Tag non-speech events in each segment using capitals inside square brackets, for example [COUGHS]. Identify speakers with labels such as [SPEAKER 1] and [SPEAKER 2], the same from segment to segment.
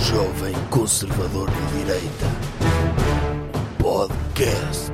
[SPEAKER 1] Jovem Conservador de Direita. Podcast.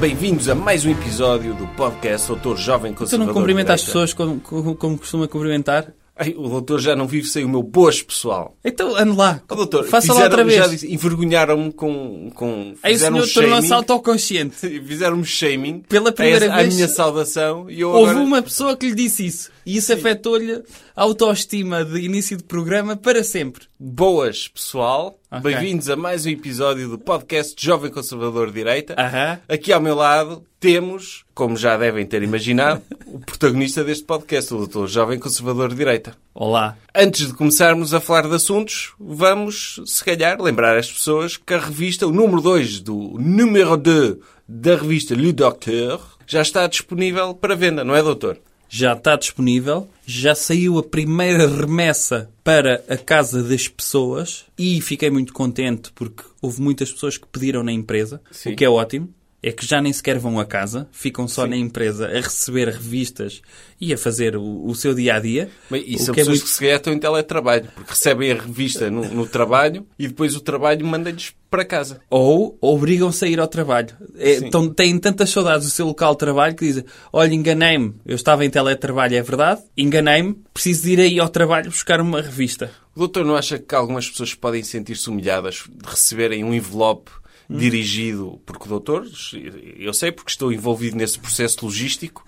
[SPEAKER 2] Bem-vindos a mais um episódio do podcast Doutor Jovem
[SPEAKER 3] Tu
[SPEAKER 2] Conservador.
[SPEAKER 3] não cumprimenta
[SPEAKER 2] de
[SPEAKER 3] as
[SPEAKER 2] Direita.
[SPEAKER 3] pessoas como, como, como costuma cumprimentar?
[SPEAKER 2] Ai, o doutor já não vive sem o meu boas, pessoal.
[SPEAKER 3] Então, ande lá.
[SPEAKER 2] Ó, doutor,
[SPEAKER 3] Faça lá
[SPEAKER 2] fizeram-
[SPEAKER 3] outra
[SPEAKER 2] já
[SPEAKER 3] vez.
[SPEAKER 2] disse- Envergonharam-me com. com
[SPEAKER 3] Aí o
[SPEAKER 2] fizeram
[SPEAKER 3] senhor tornou-se
[SPEAKER 2] shaming.
[SPEAKER 3] autoconsciente.
[SPEAKER 2] [LAUGHS] Fizeram-me shaming.
[SPEAKER 3] Pela primeira
[SPEAKER 2] a essa-
[SPEAKER 3] vez-
[SPEAKER 2] À minha saudação. E eu
[SPEAKER 3] Houve
[SPEAKER 2] agora...
[SPEAKER 3] uma pessoa que lhe disse isso. E isso afetou-lhe a autoestima de início de programa para sempre.
[SPEAKER 2] Boas, pessoal.
[SPEAKER 3] Ok.
[SPEAKER 2] Bem-vindos a mais um episódio do podcast Jovem Conservador de Direita.
[SPEAKER 3] Aham.
[SPEAKER 2] Aqui ao meu lado temos, como já devem ter imaginado, [LAUGHS] o protagonista deste podcast, o doutor Jovem Conservador de Direita.
[SPEAKER 3] Olá.
[SPEAKER 2] Antes de começarmos a falar de assuntos, vamos, se calhar, lembrar as pessoas que a revista, o número 2 do número 2 da revista Le Docteur, já está disponível para venda, não é, doutor?
[SPEAKER 3] Já está disponível. Já saiu a primeira remessa para a casa das pessoas. E fiquei muito contente porque houve muitas pessoas que pediram na empresa.
[SPEAKER 2] Sim.
[SPEAKER 3] O que é ótimo. É que já nem sequer vão a casa, ficam só na empresa a receber revistas e a fazer o, o seu dia a dia.
[SPEAKER 2] Bem, E
[SPEAKER 3] O
[SPEAKER 2] são
[SPEAKER 3] que é
[SPEAKER 2] pessoas
[SPEAKER 3] muito-
[SPEAKER 2] que se calhar estão em teletrabalho, porque recebem a revista no, no trabalho e depois o trabalho manda-lhes para casa.
[SPEAKER 3] Ou obrigam-se a ir ao trabalho. É,
[SPEAKER 2] Sim.
[SPEAKER 3] tão- têm tantas saudades do seu local de trabalho que dizem: Olha, enganei-me, eu estava em teletrabalho, é verdade, enganei-me, preciso de ir aí ao trabalho buscar uma revista.
[SPEAKER 2] O doutor não acha que algumas pessoas podem sentir-se humilhadas de receberem um envelope dirigido? Porque o doutor, eu sei porque estou envolvido nesse processo logístico,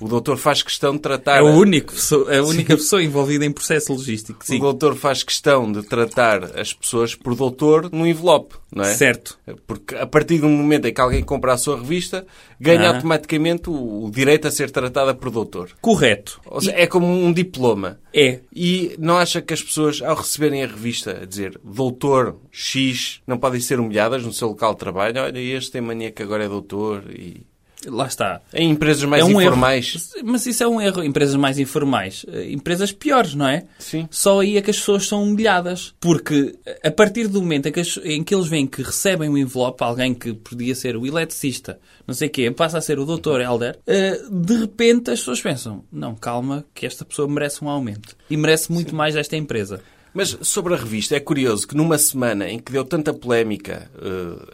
[SPEAKER 2] o doutor faz questão de tratar.
[SPEAKER 3] É o único, pessoa- a única pessoa envolvida em processo logístico.
[SPEAKER 2] O
[SPEAKER 3] Sim,
[SPEAKER 2] doutor faz questão de tratar as pessoas por doutor no envelope, não é?
[SPEAKER 3] certo.
[SPEAKER 2] Porque a partir do momento em que alguém compra a sua revista, ganha
[SPEAKER 3] Ah.
[SPEAKER 2] automaticamente o, o direito a ser tratada por doutor.
[SPEAKER 3] Correto.
[SPEAKER 2] Ou seja, é como um diploma.
[SPEAKER 3] É.
[SPEAKER 2] E não acha que as pessoas, ao receberem a revista, a dizer doutor X, não podem ser humilhadas no seu local de trabalho? Olha, este tem mania que agora é doutor. E...
[SPEAKER 3] Lá está.
[SPEAKER 2] Em empresas mais
[SPEAKER 3] é um
[SPEAKER 2] informais.
[SPEAKER 3] erro. Mas isso é um erro. Empresas mais informais. Eh, Empresas piores, não é?
[SPEAKER 2] Sim.
[SPEAKER 3] Só aí é que as pessoas são humilhadas. Porque eh, a partir do momento em que, as- em que eles veem que recebem um envelope, alguém que podia ser o eletricista, não sei o quê, passa a ser o doutor Helder, eh, de repente as pessoas pensam, não, calma, que esta pessoa merece um aumento. E merece muito mais desta empresa.
[SPEAKER 2] Mas sobre a revista, é curioso que numa semana em que deu tanta polémica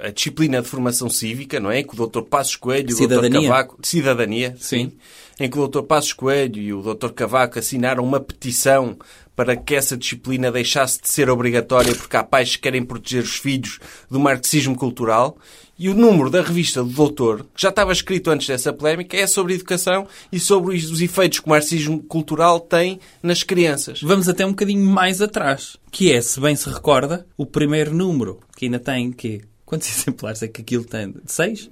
[SPEAKER 2] eh, a disciplina de formação cívica, não é? Em Que o Dr. Passos Coelho e o Dr.
[SPEAKER 3] Cidadania.
[SPEAKER 2] Cavaco. Cidadania,
[SPEAKER 3] Sim.
[SPEAKER 2] Em que o Dr. Passos Coelho e o Dr. Cavaco assinaram uma petição para que essa disciplina deixasse de ser obrigatória porque há pais que querem proteger os filhos do marxismo cultural. E o número da revista do Doutor, que já estava escrito antes dessa polémica, é sobre educação e sobre os efeitos que o marxismo cultural tem nas crianças.
[SPEAKER 3] Vamos até um bocadinho mais atrás, que é, se bem se recorda, o primeiro número, que ainda tem quê? Quantos [LAUGHS] exemplares é que aquilo tem? Seis?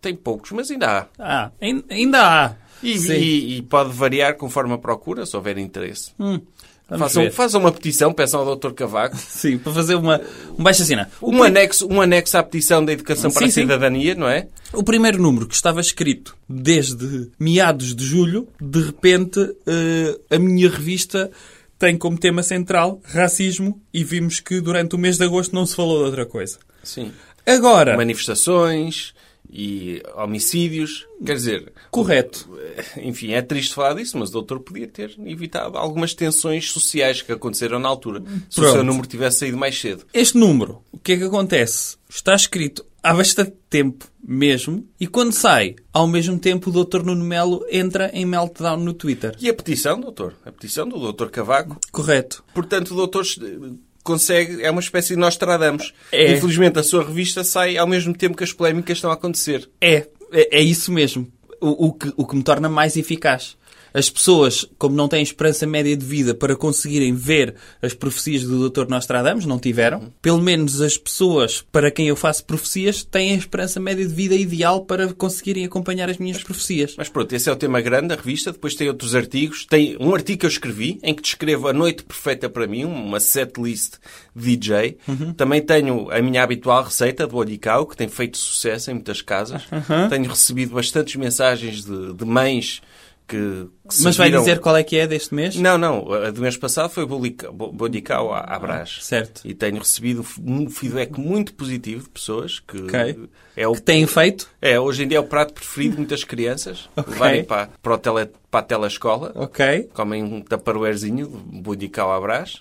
[SPEAKER 2] Tem poucos, mas ainda há.
[SPEAKER 3] Ah, ain- ainda há.
[SPEAKER 2] E,
[SPEAKER 3] Sim.
[SPEAKER 2] e- e pode variar conforme a procura, se houver interesse.
[SPEAKER 3] Hum, vamos
[SPEAKER 2] Façam,
[SPEAKER 3] ver.
[SPEAKER 2] façam uma petição, peçam ao Dr.
[SPEAKER 3] [LAUGHS]
[SPEAKER 2] Cavaco.
[SPEAKER 3] Sim, para fazer uma, um baixo assina. O,
[SPEAKER 2] Um anexo, um anexo à petição da Educação para
[SPEAKER 3] Sim,
[SPEAKER 2] a
[SPEAKER 3] sim.
[SPEAKER 2] Cidadania, não é?
[SPEAKER 3] o primeiro número que estava escrito desde meados de julho, de repente eh, a minha revista tem como tema central racismo e vimos que durante o mês de agosto não se falou de outra coisa.
[SPEAKER 2] Sim.
[SPEAKER 3] Agora,
[SPEAKER 2] Manifestações e homicídios. Quer dizer,
[SPEAKER 3] correto.
[SPEAKER 2] enfim, é triste falar disso, mas o doutor podia ter evitado algumas tensões sociais que aconteceram na altura. Se o
[SPEAKER 3] Pronto.
[SPEAKER 2] seu número tivesse saído mais cedo.
[SPEAKER 3] Este número, o que é que acontece? Está escrito há bastante tempo mesmo e quando sai, ao mesmo tempo o Dr. Nuno Melo entra em meltdown no Twitter.
[SPEAKER 2] E a petição, doutor? A petição do Dr. Cavaco
[SPEAKER 3] Correto.
[SPEAKER 2] Portanto, o doutor eh, consegue, é uma espécie de Nostradamus.
[SPEAKER 3] É.
[SPEAKER 2] Infelizmente, a sua revista sai ao mesmo tempo que as polémicas estão a acontecer.
[SPEAKER 3] É, é é isso mesmo. O, o que, o que me torna mais eficaz. As pessoas, como não têm esperança média de vida para conseguirem ver as profecias do Dr. Nostradamus, não tiveram. Pelo menos as pessoas para quem eu faço profecias têm a esperança média de vida ideal para conseguirem acompanhar as minhas profecias.
[SPEAKER 2] Mas pronto, esse é o tema grande da revista. Depois tem outros artigos. Tem um artigo que eu escrevi em que descrevo a noite perfeita para mim, uma setlist DJ.
[SPEAKER 3] Uhum.
[SPEAKER 2] Também tenho a minha habitual receita do Olicau, que tem feito sucesso em muitas casas. Tenho recebido bastantes mensagens de, de mães que, que
[SPEAKER 3] Mas vai
[SPEAKER 2] serviram-
[SPEAKER 3] dizer qual é que é deste mês?
[SPEAKER 2] Não, não. A do mês passado foi Bolica- Bo- Bonicau à, à Brás.
[SPEAKER 3] Ah, Certo.
[SPEAKER 2] E tenho recebido f- um feedback muito positivo de pessoas que
[SPEAKER 3] Ok.
[SPEAKER 2] é o
[SPEAKER 3] Que têm feito?
[SPEAKER 2] é, hoje em dia é o prato preferido de muitas
[SPEAKER 3] [LAUGHS]
[SPEAKER 2] crianças. Levarem para, para, o tele, para a telescola.
[SPEAKER 3] Ok.
[SPEAKER 2] Comem um taparoeirzinho de Bonicau à Brás.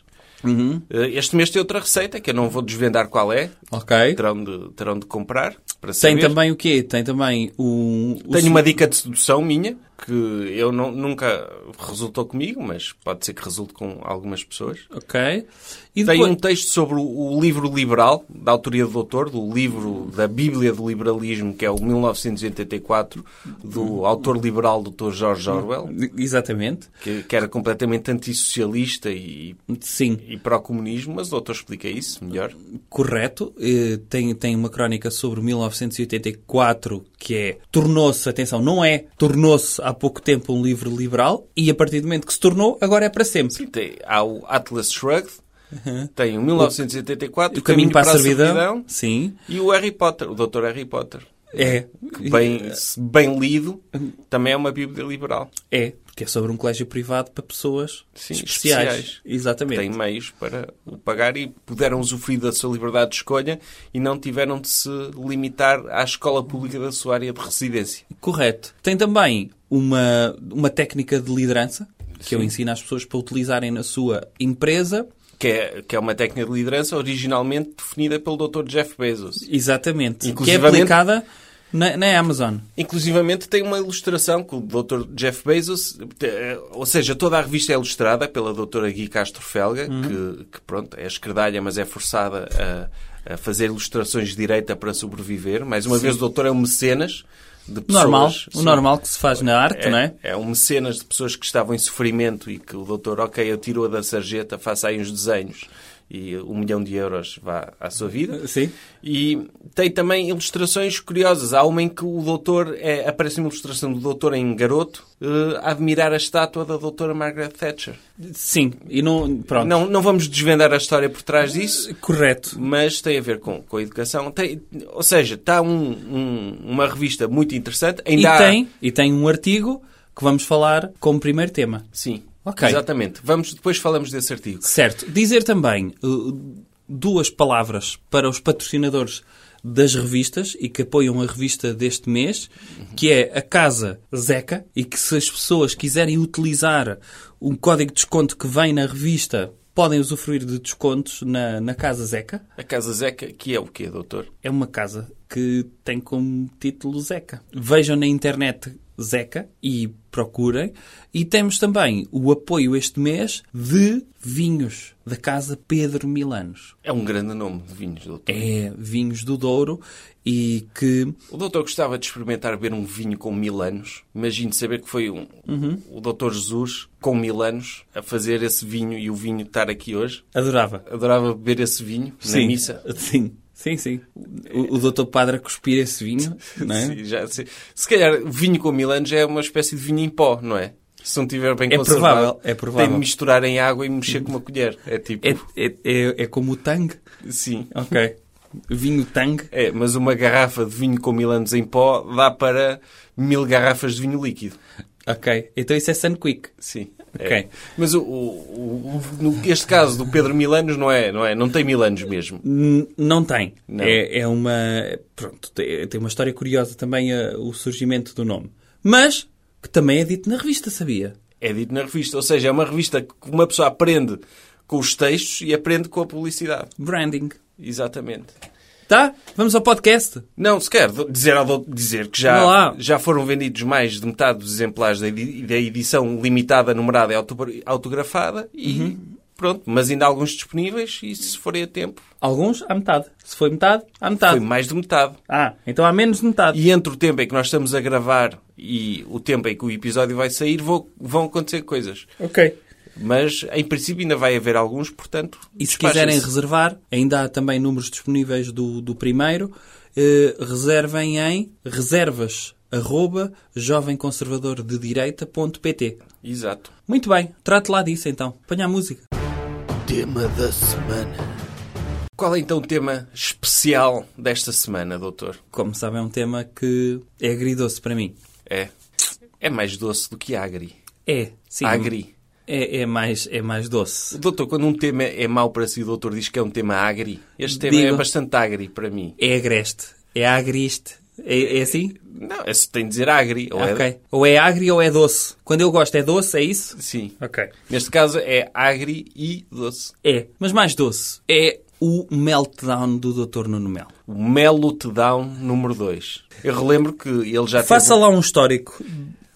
[SPEAKER 3] Uhum.
[SPEAKER 2] Eh, Este mês tem outra receita que eu não vou desvendar qual é.
[SPEAKER 3] Ok.
[SPEAKER 2] Terão de, terão de comprar para
[SPEAKER 3] Tem
[SPEAKER 2] saber.
[SPEAKER 3] também o quê? Tem também o... o
[SPEAKER 2] Tenho uma dica de sedução minha que eu não- nunca resultou comigo, mas pode ser que resulte com algumas pessoas.
[SPEAKER 3] Ok. E
[SPEAKER 2] Tem
[SPEAKER 3] depois...
[SPEAKER 2] um texto sobre o- o livro liberal, da autoria do doutor, do livro da Bíblia do Liberalismo, que é o 1984, do autor liberal doutor George Orwell,
[SPEAKER 3] Exatamente.
[SPEAKER 2] que, que era completamente antissocialista e,
[SPEAKER 3] Sim.
[SPEAKER 2] e pró-comunismo, mas o doutor explica isso melhor.
[SPEAKER 3] Correto. Eh, Tem, tem uma crónica sobre 1984 que é tornou-se, atenção, não é, tornou-se há pouco tempo um livro liberal e a partir do momento que se tornou, agora é para sempre.
[SPEAKER 2] Sim, tem, há o Atlas Shrugged, tem o 1984,
[SPEAKER 3] Uhum. O caminho para a servidão. Sim.
[SPEAKER 2] e o Harry Potter, o doutor Harry Potter.
[SPEAKER 3] É.
[SPEAKER 2] Que bem, se bem lido, também é uma Bíblia liberal.
[SPEAKER 3] É. Porque é sobre um colégio privado para pessoas
[SPEAKER 2] Sim,
[SPEAKER 3] especiais.
[SPEAKER 2] especiais.
[SPEAKER 3] Exatamente.
[SPEAKER 2] têm meios para o pagar e puderam usufruir da sua liberdade de escolha e não tiveram de se limitar à escola pública da sua área de residência.
[SPEAKER 3] Correto. Tem também uma, uma técnica de liderança que eu ensino às pessoas para utilizarem na sua empresa.
[SPEAKER 2] Que é, que é uma técnica de liderança originalmente definida pelo Dr. Jeff Bezos.
[SPEAKER 3] Exatamente. Que é
[SPEAKER 2] Inclusivamente-
[SPEAKER 3] aplicada na, na Amazon.
[SPEAKER 2] Inclusivamente tem uma ilustração que o Dr. Jeff Bezos, eh, ou seja, toda a revista é ilustrada pela Dra. Gui Castro Felga,
[SPEAKER 3] Uhum.
[SPEAKER 2] que, que, pronto, é esquerdalha, mas é forçada a, a fazer ilustrações de direita para sobreviver. Mais uma vez, o doutor é um mecenas de pessoas.
[SPEAKER 3] Normal. O
[SPEAKER 2] Sim.
[SPEAKER 3] normal que se faz na arte, não é?
[SPEAKER 2] um mecenas de pessoas que estavam em sofrimento e que o doutor, ok, eu tiro-a da sarjeta, faça aí uns desenhos e um milhão de euros vá à sua vida.
[SPEAKER 3] Sim.
[SPEAKER 2] E tem também ilustrações curiosas. Há uma em que o doutor, é, aparece uma ilustração do doutor em garoto eh, a admirar a estátua da doutora Margaret Thatcher.
[SPEAKER 3] Sim. E não... Pronto.
[SPEAKER 2] Não, não vamos desvendar a história por trás disso,
[SPEAKER 3] Correto.
[SPEAKER 2] mas tem a ver com, com a educação. Tem- ou seja, está um- um- uma revista muito interessante.
[SPEAKER 3] E
[SPEAKER 2] Ainda há-
[SPEAKER 3] tem, e tem um artigo que vamos falar como primeiro tema.
[SPEAKER 2] Sim.
[SPEAKER 3] Ok.
[SPEAKER 2] Exatamente. Vamos, depois falamos desse artigo.
[SPEAKER 3] Certo. Dizer também uh, duas palavras para os patrocinadores das revistas e que apoiam a revista deste mês, que é a Casa Zeca, e que se as pessoas quiserem utilizar um código de desconto que vem na revista, podem usufruir de descontos na, na Casa Zeca.
[SPEAKER 2] A Casa Zeca, que é o quê, doutor?
[SPEAKER 3] É uma casa que tem como título Zeca. Vejam na internet Zeca e procurem. E temos também o apoio este mês de vinhos da casa Pedro Milanos.
[SPEAKER 2] É um grande nome de vinhos, doutor.
[SPEAKER 3] É vinhos do Douro e que
[SPEAKER 2] O doutor gostava de experimentar beber um vinho com mil anos. Imagine saber que foi um,
[SPEAKER 3] Uhum.
[SPEAKER 2] o doutor Jesus, com mil anos, a fazer esse vinho e o vinho estar aqui hoje.
[SPEAKER 3] adorava.
[SPEAKER 2] Adorava beber esse vinho na missa.
[SPEAKER 3] Sim. Sim, sim. O, o doutor Padre a cuspir esse vinho, não é?
[SPEAKER 2] Sim, já sei. se calhar vinho com mil anos é uma espécie de vinho em pó, não é? Se não tiver bem
[SPEAKER 3] É
[SPEAKER 2] conservado,
[SPEAKER 3] provável, é provável.
[SPEAKER 2] tem de misturar em água e mexer com uma colher. É tipo,
[SPEAKER 3] É, é, é, é como o Tang.
[SPEAKER 2] sim.
[SPEAKER 3] Ok. Vinho Tang.
[SPEAKER 2] É, mas uma garrafa de vinho com mil anos em pó dá para mil garrafas de vinho líquido.
[SPEAKER 3] Ok. Então isso é Sun Quick.
[SPEAKER 2] Sim.
[SPEAKER 3] Ok.
[SPEAKER 2] É. Mas o, o- o- no- este caso do Pedro mil anos não é, não é, não tem mil anos mesmo.
[SPEAKER 3] N- Não tem.
[SPEAKER 2] Não.
[SPEAKER 3] É, é uma. Pronto, te- tem uma história curiosa também eh, o surgimento do nome. Mas que também é dito na revista, sabia?
[SPEAKER 2] É dito na revista. Ou seja, é uma revista que uma pessoa aprende com os textos e aprende com a publicidade.
[SPEAKER 3] Branding.
[SPEAKER 2] Exatamente.
[SPEAKER 3] Tá? Vamos ao podcast.
[SPEAKER 2] Não, se quer do- dizer, ao do- dizer que
[SPEAKER 3] Vá
[SPEAKER 2] já,
[SPEAKER 3] lá.
[SPEAKER 2] já foram vendidos mais de metade dos exemplares da, edi- da edição limitada, numerada e auto- autografada e
[SPEAKER 3] Uhum.
[SPEAKER 2] pronto, mas ainda há alguns disponíveis e se forem a tempo
[SPEAKER 3] Alguns à metade. Se foi metade, à metade.
[SPEAKER 2] Foi mais de metade.
[SPEAKER 3] Ah, então há menos de metade.
[SPEAKER 2] E entre o tempo em que nós estamos a gravar e o tempo em que o episódio vai sair, vou- vão acontecer coisas.
[SPEAKER 3] Ok.
[SPEAKER 2] Mas, em princípio, ainda vai haver alguns, portanto...
[SPEAKER 3] E se
[SPEAKER 2] despachem-se.
[SPEAKER 3] quiserem reservar, ainda há também números disponíveis do, do primeiro. eh, reservem em reservas arroba jovemconservadordedireita.pt
[SPEAKER 2] Exato.
[SPEAKER 3] Muito bem, trate lá disso então. Ponha a música.
[SPEAKER 1] Tema da semana.
[SPEAKER 2] Qual é, então, o tema especial desta semana, doutor?
[SPEAKER 3] Como sabem, é um tema que é agridoce para mim.
[SPEAKER 2] É... É mais doce do que agri.
[SPEAKER 3] É, sim.
[SPEAKER 2] Agri.
[SPEAKER 3] É, é mais, é mais doce.
[SPEAKER 2] Doutor, quando um tema é mau para si, o doutor diz que é um tema agri. Este tema
[SPEAKER 3] Digo.
[SPEAKER 2] é bastante agri para mim.
[SPEAKER 3] É agreste. É agriste. É, é assim?
[SPEAKER 2] Não, é se tem de dizer agri. Ou é-
[SPEAKER 3] Ok. Ou é agri ou é doce. Quando eu gosto é doce, é isso?
[SPEAKER 2] Sim.
[SPEAKER 3] Ok.
[SPEAKER 2] Neste caso é agri e doce.
[SPEAKER 3] É, mas mais doce. É o meltdown do Dr. Nuno Mel.
[SPEAKER 2] O Melo Down número 2. Eu relembro que ele já
[SPEAKER 3] Faça
[SPEAKER 2] teve...
[SPEAKER 3] lá um histórico.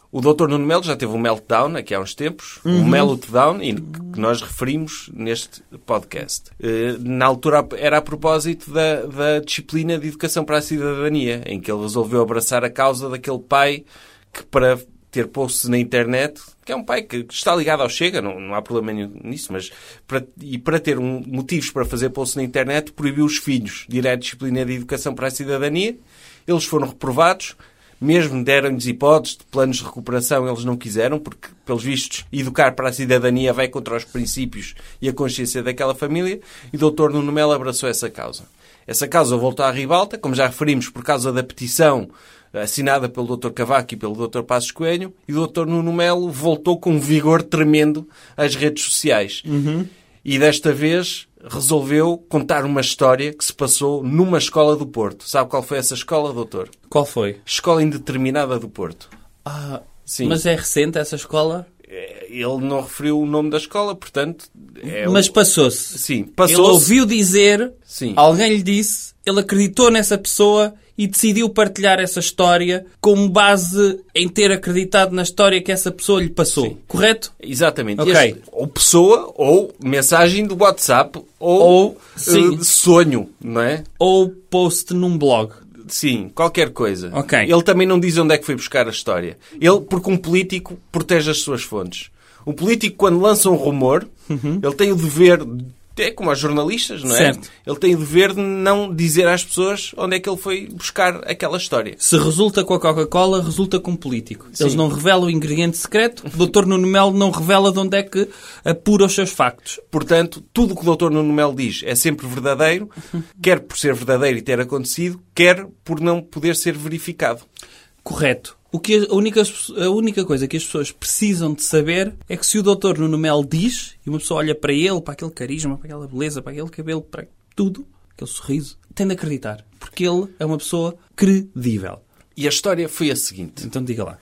[SPEAKER 2] O Dr. Nuno Melo já teve um meltdown aqui há uns tempos, um meltdown e que nós referimos neste podcast. Eh, Na altura era a propósito da, da disciplina de educação para a cidadania, em que ele resolveu abraçar a causa daquele pai que para ter posto na internet, que é um pai que está ligado ao Chega, não, não há problema nenhum nisso, mas para- e para ter um- motivos para fazer posto na internet, proibiu os filhos de ir à disciplina de educação para a cidadania. Eles foram reprovados, mesmo deram-lhes hipóteses de planos de recuperação, eles não quiseram, porque, pelos vistos, educar para a cidadania vai contra os princípios e a consciência daquela família, e o Dr. Nuno Melo abraçou essa causa. Essa causa voltou à ribalta, como já referimos, por causa da petição eh, assinada pelo Dr. Cavaco e pelo Dr. Passos Coelho, e o Dr. Nuno Melo voltou com um vigor tremendo às redes sociais. E desta vez resolveu contar uma história que se passou numa escola do Porto. Sabe qual foi essa escola, doutor?
[SPEAKER 3] Qual foi?
[SPEAKER 2] Escola Indeterminada do Porto.
[SPEAKER 3] Ah,
[SPEAKER 2] Sim.
[SPEAKER 3] Mas é recente essa escola?
[SPEAKER 2] Eh, Ele não referiu o nome da escola, portanto. É o-
[SPEAKER 3] Mas passou-se.
[SPEAKER 2] Sim,
[SPEAKER 3] Ele
[SPEAKER 2] passou.
[SPEAKER 3] ouviu dizer,
[SPEAKER 2] Sim.
[SPEAKER 3] alguém lhe disse, ele acreditou nessa pessoa e decidiu partilhar essa história com base em ter acreditado na história que essa pessoa lhe passou. Correto?
[SPEAKER 2] Exatamente.
[SPEAKER 3] Ok.
[SPEAKER 2] Este- ou pessoa, ou mensagem do WhatsApp, ou,
[SPEAKER 3] Ou-
[SPEAKER 2] eh,
[SPEAKER 3] sim.
[SPEAKER 2] sonho, não é?
[SPEAKER 3] Ou post num blog.
[SPEAKER 2] Sim, qualquer coisa.
[SPEAKER 3] Ok.
[SPEAKER 2] Ele também não diz onde é que foi buscar a história. Ele, porque um político protege as suas fontes. Um político, quando lança um rumor, ele tem o dever, de- é como aos jornalistas, não é?
[SPEAKER 3] Certo.
[SPEAKER 2] Ele tem o dever de não dizer às pessoas onde é que ele foi buscar aquela história.
[SPEAKER 3] Se resulta com a Coca-Cola, resulta com um político. Eles não revelam o ingrediente secreto, o Dr. Nuno Melo não revela de onde é que apura os seus factos.
[SPEAKER 2] Portanto, tudo o que o Dr. Nuno Melo diz é sempre verdadeiro, quer por ser verdadeiro e ter acontecido, quer por não poder ser verificado.
[SPEAKER 3] Correto. O que a, única, a única coisa que as pessoas precisam de saber é que se o Dr. Nuno Melo diz, e uma pessoa olha para ele, para aquele carisma, para aquela beleza, para aquele cabelo, para tudo, aquele sorriso, tem de acreditar. Porque ele é uma pessoa credível.
[SPEAKER 2] E a história foi a seguinte.
[SPEAKER 3] Então diga lá.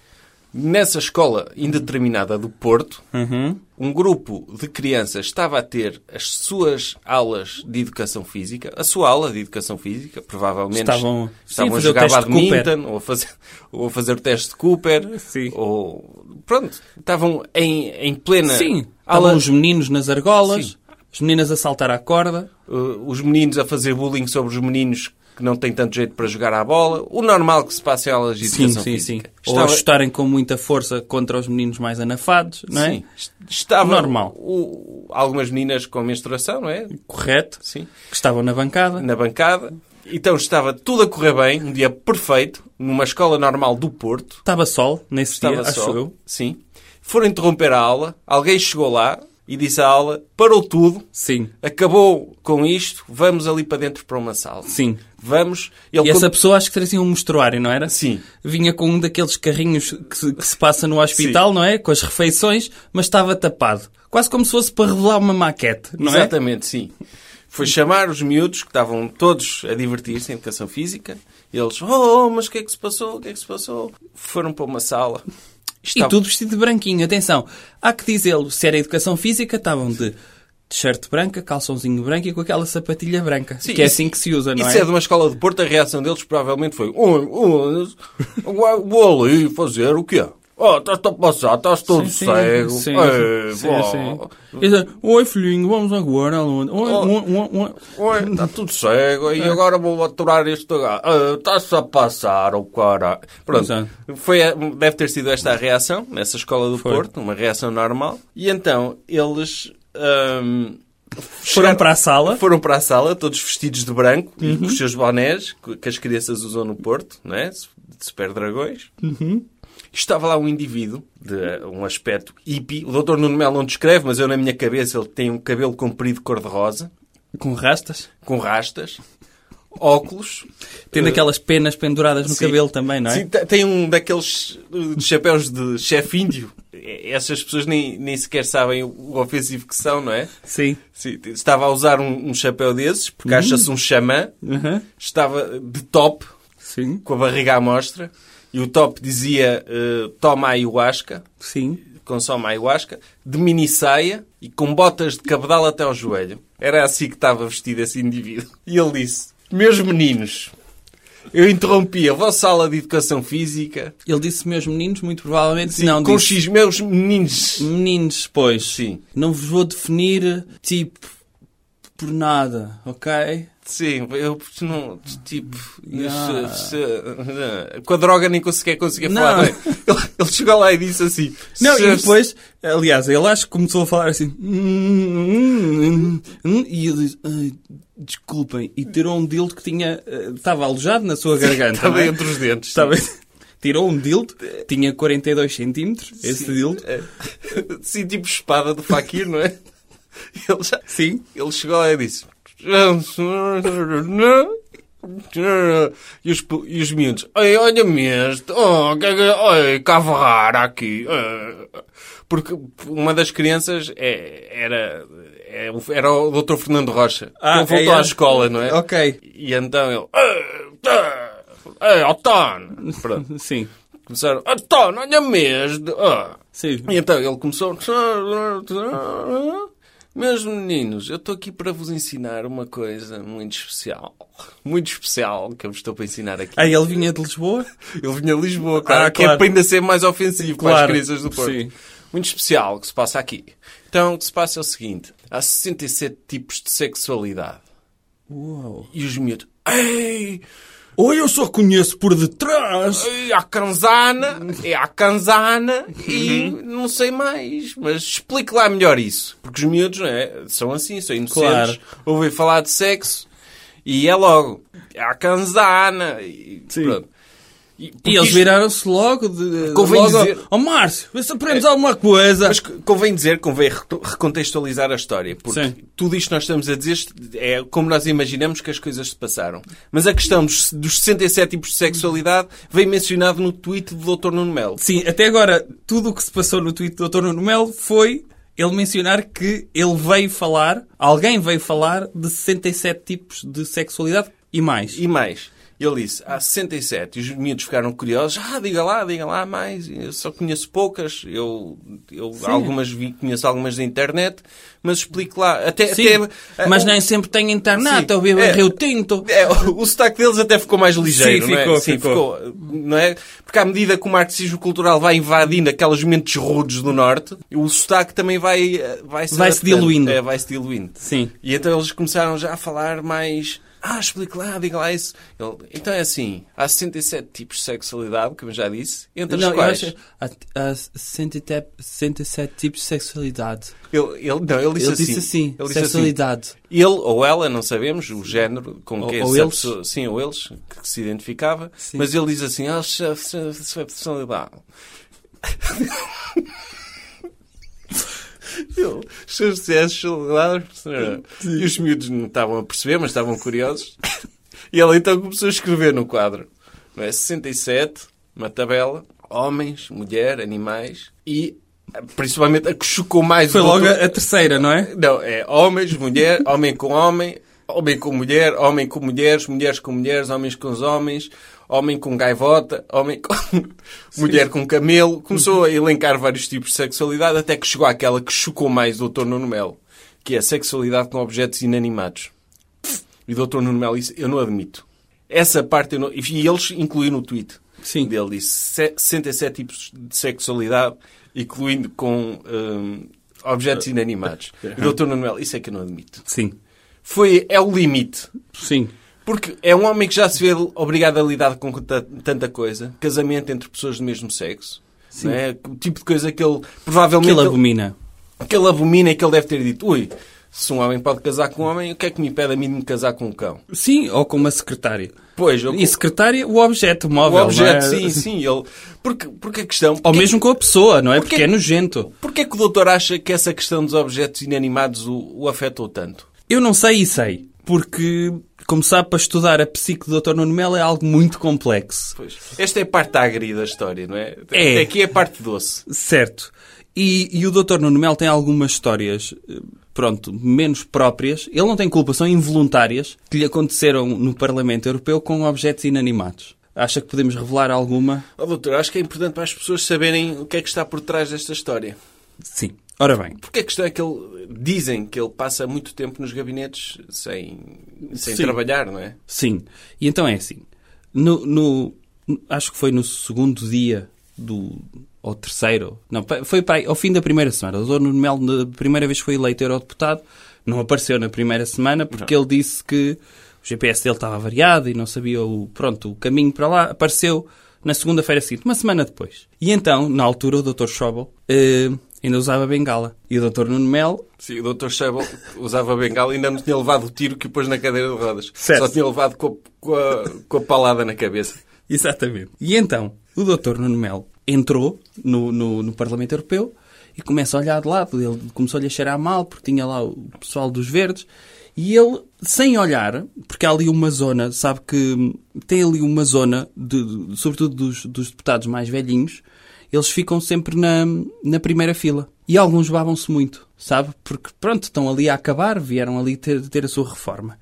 [SPEAKER 2] Nessa escola indeterminada do Porto,
[SPEAKER 3] Uhum.
[SPEAKER 2] um grupo de crianças estava a ter as suas aulas de educação física, a sua aula de educação física, provavelmente
[SPEAKER 3] Estavam-
[SPEAKER 2] estavam
[SPEAKER 3] sim,
[SPEAKER 2] a
[SPEAKER 3] fazer o
[SPEAKER 2] jogar
[SPEAKER 3] teste de
[SPEAKER 2] badminton, ou a, fazer, [LAUGHS] ou a fazer o teste de Cooper,
[SPEAKER 3] Sim.
[SPEAKER 2] ou pronto, estavam em, em plena
[SPEAKER 3] Sim.
[SPEAKER 2] aula,
[SPEAKER 3] Estavam os meninos nas argolas,
[SPEAKER 2] Né? Sim.
[SPEAKER 3] as meninas a saltar à corda.
[SPEAKER 2] uh, os meninos a fazer bullying sobre os meninos que não têm tanto jeito para jogar à bola, o normal que se passa em aulas de educação física.
[SPEAKER 3] Ou a chutarem com muita força contra os meninos mais anafados, não é?
[SPEAKER 2] Sim. Est- Estava
[SPEAKER 3] Normal.
[SPEAKER 2] o- algumas meninas com menstruação, não é?
[SPEAKER 3] Correto.
[SPEAKER 2] Sim.
[SPEAKER 3] Que estavam na bancada.
[SPEAKER 2] Na bancada. Então estava tudo a correr bem, um dia perfeito, numa escola normal do Porto.
[SPEAKER 3] Estava sol nesse
[SPEAKER 2] Estava
[SPEAKER 3] dia,
[SPEAKER 2] só.
[SPEAKER 3] acho eu.
[SPEAKER 2] Sim. Foram interromper a aula, alguém chegou lá e disse à aula, parou tudo,
[SPEAKER 3] Sim.
[SPEAKER 2] acabou com isto, vamos ali para dentro para uma sala.
[SPEAKER 3] Sim.
[SPEAKER 2] Vamos. Ele
[SPEAKER 3] E essa
[SPEAKER 2] con-
[SPEAKER 3] pessoa acho que trazia um mostruário, não era?
[SPEAKER 2] Sim.
[SPEAKER 3] Vinha com um daqueles carrinhos que se, que se passa no hospital, não é? Com as refeições, mas estava tapado. Quase como se fosse para revelar uma maquete, não é?
[SPEAKER 2] Exatamente, sim. Foi chamar os miúdos que estavam todos a divertir-se em educação física. E eles, oh, oh, mas o que é que se passou? O que é que se passou? Foram para uma sala.
[SPEAKER 3] E tudo vestido de branquinho. Atenção, há que dizê-lo. Se era educação física, estavam de t-shirt branca, calçãozinho branco e com aquela sapatilha branca.
[SPEAKER 2] Sim,
[SPEAKER 3] que é
[SPEAKER 2] isso-
[SPEAKER 3] assim que se usa, não
[SPEAKER 2] Isso é?
[SPEAKER 3] é?
[SPEAKER 2] de uma escola de Porto, a reação deles provavelmente foi: "Oh, oh, Vou ali fazer o quê? Oh, estás-te a passar, estás todo cego. Ei, vó. Oh."
[SPEAKER 3] Exato. é, Oi, filhinho, vamos agora, Luana. Oi, um, oi, oi, oi.
[SPEAKER 2] Oi, está tudo cego
[SPEAKER 3] É.
[SPEAKER 2] e agora vou aturar este gajo. Ah, Está-se a passar, o cara. Pronto,
[SPEAKER 3] Exato.
[SPEAKER 2] foi, a- deve ter sido esta a reação nessa escola do
[SPEAKER 3] Foi.
[SPEAKER 2] Porto, uma reação normal. E então eles ahm,
[SPEAKER 3] Foram para a sala. Uhum.
[SPEAKER 2] foram para a sala, todos vestidos de branco e com os seus bonés que que as crianças usam no Porto, não é? De super dragões.
[SPEAKER 3] Uhum.
[SPEAKER 2] Estava lá um indivíduo de um aspecto hippie. O doutor Nuno Melo não descreve, mas eu na minha cabeça ele tem um cabelo comprido cor-de-rosa
[SPEAKER 3] Com rastas.
[SPEAKER 2] com rastas, óculos.
[SPEAKER 3] Tendo aquelas penas penduradas no
[SPEAKER 2] Eh. Sim.
[SPEAKER 3] cabelo também, não é?
[SPEAKER 2] Sim, te- tem um daqueles uh, chapéus de chefe índio. Eh, Essas pessoas nem, nem sequer sabem o- o ofensivo que são, não é?
[SPEAKER 3] Sim.
[SPEAKER 2] Sim, t- estava a usar um, um chapéu desses, porque
[SPEAKER 3] Hum.
[SPEAKER 2] acha-se um xamã.
[SPEAKER 3] Uhum.
[SPEAKER 2] Estava de top,
[SPEAKER 3] Sim.
[SPEAKER 2] com a barriga à mostra. E o top dizia, eh, toma ayahuasca,
[SPEAKER 3] Sim.
[SPEAKER 2] consome ayahuasca, de mini saia e com botas de cabedal até ao joelho. Era assim que estava vestido esse indivíduo. E ele disse, meus meninos, eu interrompi a vossa aula de educação física
[SPEAKER 3] Ele disse meus meninos, muito provavelmente. não,
[SPEAKER 2] com
[SPEAKER 3] disse
[SPEAKER 2] X, meus meninos.
[SPEAKER 3] meninos, pois.
[SPEAKER 2] Sim.
[SPEAKER 3] Não vos vou definir, tipo, por nada, ok?
[SPEAKER 2] Sim, eu não, tipo,
[SPEAKER 3] Ah.
[SPEAKER 2] se- se- com a droga nem conseguia, conseguia
[SPEAKER 3] Não.
[SPEAKER 2] falar. bem. [LAUGHS] Ele, ele chegou lá e disse assim:
[SPEAKER 3] Não,
[SPEAKER 2] se-
[SPEAKER 3] e depois, aliás, ele acho que começou a falar assim. "Hum, hum, hum", E ele diz: "Ai, desculpem. E tirou um dildo que tinha. eh, Estava alojado na sua [LAUGHS] garganta.
[SPEAKER 2] estava
[SPEAKER 3] não é?
[SPEAKER 2] entre os dentes.
[SPEAKER 3] Estava- [LAUGHS] Tirou um dildo, tinha 42 centímetros, esse
[SPEAKER 2] Sim.
[SPEAKER 3] dildo.
[SPEAKER 2] É. Sim, tipo espada do Fakir, não é? Ele, já-
[SPEAKER 3] Sim.
[SPEAKER 2] ele chegou lá e disse: E os, pu- e os miúdos, "Ei, olha-me este, oh, que- que- oi, cavarrar aqui. eh." Porque uma das crianças é- era, é o- era o Dr. Fernando Rocha.
[SPEAKER 3] Ah,
[SPEAKER 2] ele voltou
[SPEAKER 3] é, é.
[SPEAKER 2] à escola, não é?
[SPEAKER 3] Ok.
[SPEAKER 2] E então ele, "Ei, tá, ei, Otano. Pronto.
[SPEAKER 3] Sim.
[SPEAKER 2] Começaram, Otano, olha-me este. ah."
[SPEAKER 3] Sim.
[SPEAKER 2] E então ele começou. Meus meninos, eu estou aqui para vos ensinar uma coisa muito especial. Muito especial que eu vos estou para ensinar aqui.
[SPEAKER 3] Aí ele vinha de Lisboa?
[SPEAKER 2] Ele vinha a Lisboa, claro,
[SPEAKER 3] Ah,
[SPEAKER 2] que é
[SPEAKER 3] claro.
[SPEAKER 2] para ainda ser mais ofensivo para as
[SPEAKER 3] Claro,
[SPEAKER 2] crianças do Porto.
[SPEAKER 3] sim.
[SPEAKER 2] Muito especial o que se passa aqui. Então, o que se passa é o seguinte: há 67 tipos de sexualidade.
[SPEAKER 3] Uau.
[SPEAKER 2] E os miúdos. Ei!
[SPEAKER 3] Ou eu só conheço por detrás.
[SPEAKER 2] E a canzana,
[SPEAKER 3] Uhum.
[SPEAKER 2] é a canzana e não sei mais. Mas explique lá melhor isso. Porque os miúdos não é, são assim, são inocentes.
[SPEAKER 3] Claro.
[SPEAKER 2] Ouvem falar de sexo e é logo. É a canzana. E,
[SPEAKER 3] Sim.
[SPEAKER 2] pronto. E, porque
[SPEAKER 3] E eles
[SPEAKER 2] isto-
[SPEAKER 3] viraram-se logo de.
[SPEAKER 2] Convém
[SPEAKER 3] logo,
[SPEAKER 2] dizer-
[SPEAKER 3] Ó Márcio, vê se aprendes alguma coisa.
[SPEAKER 2] Mas co- convém dizer, convém reto- recontextualizar a história, porque
[SPEAKER 3] Sim.
[SPEAKER 2] tudo isto que nós estamos a dizer est- é como nós imaginamos que as coisas se passaram. Mas a questão dos, dos 67 tipos de sexualidade vem mencionado no tweet do Dr. Nuno Melo.
[SPEAKER 3] Sim, até agora, tudo o que se passou no tweet do Dr. Nuno Melo foi ele mencionar que ele veio falar, alguém veio falar de 67 tipos de sexualidade e mais.
[SPEAKER 2] E mais, ele disse, há 67. E os miúdos ficaram curiosos. Ah, diga lá, diga lá mais. Eu só conheço poucas. Eu, eu algumas vi, conheço algumas da internet. Mas explico lá. Até,
[SPEAKER 3] Sim,
[SPEAKER 2] até-
[SPEAKER 3] mas
[SPEAKER 2] eh,
[SPEAKER 3] nem sempre tem
[SPEAKER 2] Sim.
[SPEAKER 3] internet, eu vivo
[SPEAKER 2] É.
[SPEAKER 3] em Rio Tinto.
[SPEAKER 2] é, o o sotaque deles até ficou mais ligeiro,
[SPEAKER 3] Sim,
[SPEAKER 2] não é?
[SPEAKER 3] ficou,
[SPEAKER 2] Sim,
[SPEAKER 3] ficou.
[SPEAKER 2] Não é? Porque à medida que o marxismo cultural vai invadindo aquelas mentes rudes do Norte, o sotaque também vai... eh, Vai se,
[SPEAKER 3] Vai-se
[SPEAKER 2] adaptando.
[SPEAKER 3] diluindo.
[SPEAKER 2] É, vai-se diluindo.
[SPEAKER 3] Sim.
[SPEAKER 2] E então eles começaram já a falar mais... Ah, explique lá, diga lá isso. Ele, então é assim, há 67 tipos de sexualidade, como eu já disse, entre
[SPEAKER 3] Não,
[SPEAKER 2] os
[SPEAKER 3] eu
[SPEAKER 2] quais...
[SPEAKER 3] acho há, há 67, 67 tipos de sexualidade.
[SPEAKER 2] Ele, ele- não, ele disse
[SPEAKER 3] Ele
[SPEAKER 2] assim.
[SPEAKER 3] disse assim,
[SPEAKER 2] ele disse assim,
[SPEAKER 3] sexualidade.
[SPEAKER 2] Ele ou ela, não sabemos o género com
[SPEAKER 3] Ou-
[SPEAKER 2] que
[SPEAKER 3] ou
[SPEAKER 2] essa
[SPEAKER 3] eles.
[SPEAKER 2] pessoa, sim, ou eles, que, que se identificava,
[SPEAKER 3] Sim.
[SPEAKER 2] mas ele diz assim, ah, se- se- se a [LAUGHS] personalidade. Ele, se- se a personalidade, E os miúdos não estavam a perceber, mas estavam curiosos. E ele então começou a escrever no quadro. Não é? 67, uma tabela, homens, mulher, animais e eh, principalmente a que chocou mais
[SPEAKER 3] Foi
[SPEAKER 2] o
[SPEAKER 3] logo
[SPEAKER 2] doutor-
[SPEAKER 3] a, a terceira, não é?
[SPEAKER 2] não, é homens, mulher, homem com homem, homem com mulher, homem com mulheres, mulheres com mulheres, homens com os homens, homem com gaivota, homem com... mulher com camelo. Começou a elencar vários tipos de sexualidade até que chegou àquela que chocou mais o Dr. Nuno Melo, que é a sexualidade com objetos inanimados. E o Dr. Nuno Melo disse, eu não admito. Essa parte eu não... E eles incluíram no tweet
[SPEAKER 3] Sim.
[SPEAKER 2] dele, disse "Se- 67 tipos de sexualidade, incluindo com hum, objetos inanimados. E o Dr. Nuno Melo, isso é que eu não admito.
[SPEAKER 3] Sim.
[SPEAKER 2] Foi, é o limite.
[SPEAKER 3] Sim.
[SPEAKER 2] Porque é um homem que já se vê obrigado a lidar com ta- tanta coisa. Casamento entre pessoas do mesmo sexo. Não é? O tipo de coisa que ele provavelmente...
[SPEAKER 3] Aquilo abomina.
[SPEAKER 2] que ele abomina e que ele deve ter dito, ui, se um homem pode casar com um homem, o que é que me impede a mim de me casar com um cão?
[SPEAKER 3] Sim, ou com uma secretária.
[SPEAKER 2] Pois, eu,
[SPEAKER 3] E secretária, o objeto
[SPEAKER 2] o
[SPEAKER 3] móvel.
[SPEAKER 2] objeto,
[SPEAKER 3] não é?
[SPEAKER 2] sim, sim. Ele, porque, porque a questão...
[SPEAKER 3] Ou mesmo com a pessoa, não é?
[SPEAKER 2] Porque-
[SPEAKER 3] Porque é nogento.
[SPEAKER 2] Porquê que o doutor acha que essa questão dos objetos inanimados o, o afetou tanto?
[SPEAKER 3] Eu não sei e sei. porque, como sabe, para estudar a psique do Dr. Nuno Melo é algo muito complexo.
[SPEAKER 2] Pois. Esta é a parte agria da história, não é?
[SPEAKER 3] É.
[SPEAKER 2] Aqui é a parte doce.
[SPEAKER 3] Certo. E, e o Dr. Nuno Melo tem algumas histórias, eh, pronto, menos próprias. Ele não tem culpa, são involuntárias, que lhe aconteceram no Parlamento Europeu com objetos inanimados. Acha que podemos revelar alguma?
[SPEAKER 2] Ó, doutor, acho que é importante para as pessoas saberem o que é que está por trás desta história.
[SPEAKER 3] Sim. Ora bem,
[SPEAKER 2] Porque a questão é que ele... Dizem que ele passa muito tempo nos gabinetes sem, sem
[SPEAKER 3] Sim.
[SPEAKER 2] trabalhar, não é?
[SPEAKER 3] Sim. E então é assim. No, no- no- acho que foi no segundo dia do. ou terceiro. Não, pa- foi para aí, ao fim da primeira semana. O Dr. Nuno Melo, na primeira vez que foi eleito eurodeputado, não apareceu na primeira semana porque ele disse que o GPS dele estava variado e não sabia o, pronto, o caminho para lá. Apareceu na segunda-feira seguinte, uma semana depois. E então, na altura, o Dr. Schauble eh, ainda usava bengala. E o Dr. Nuno Melo
[SPEAKER 2] Sim, o doutor Sable usava bengala e ainda não tinha levado o tiro que o pôs na cadeira de rodas.
[SPEAKER 3] Certo.
[SPEAKER 2] Só tinha levado com a, com a- com a palada na cabeça.
[SPEAKER 3] [LAUGHS] Exatamente. E então, o Dr. Nuno Melo entrou no, no, no Parlamento Europeu e começa a olhar de lado. Ele começou-lhe a cheirar mal porque tinha lá o pessoal dos verdes. E ele, sem olhar, porque há ali uma zona, sabe que hum, tem ali uma zona, de, de- sobretudo dos, dos deputados mais velhinhos, eles ficam sempre na, na primeira fila. E alguns babam-se muito, sabe? Porque, pronto, estão ali a acabar, vieram ali ter, ter a sua reforma.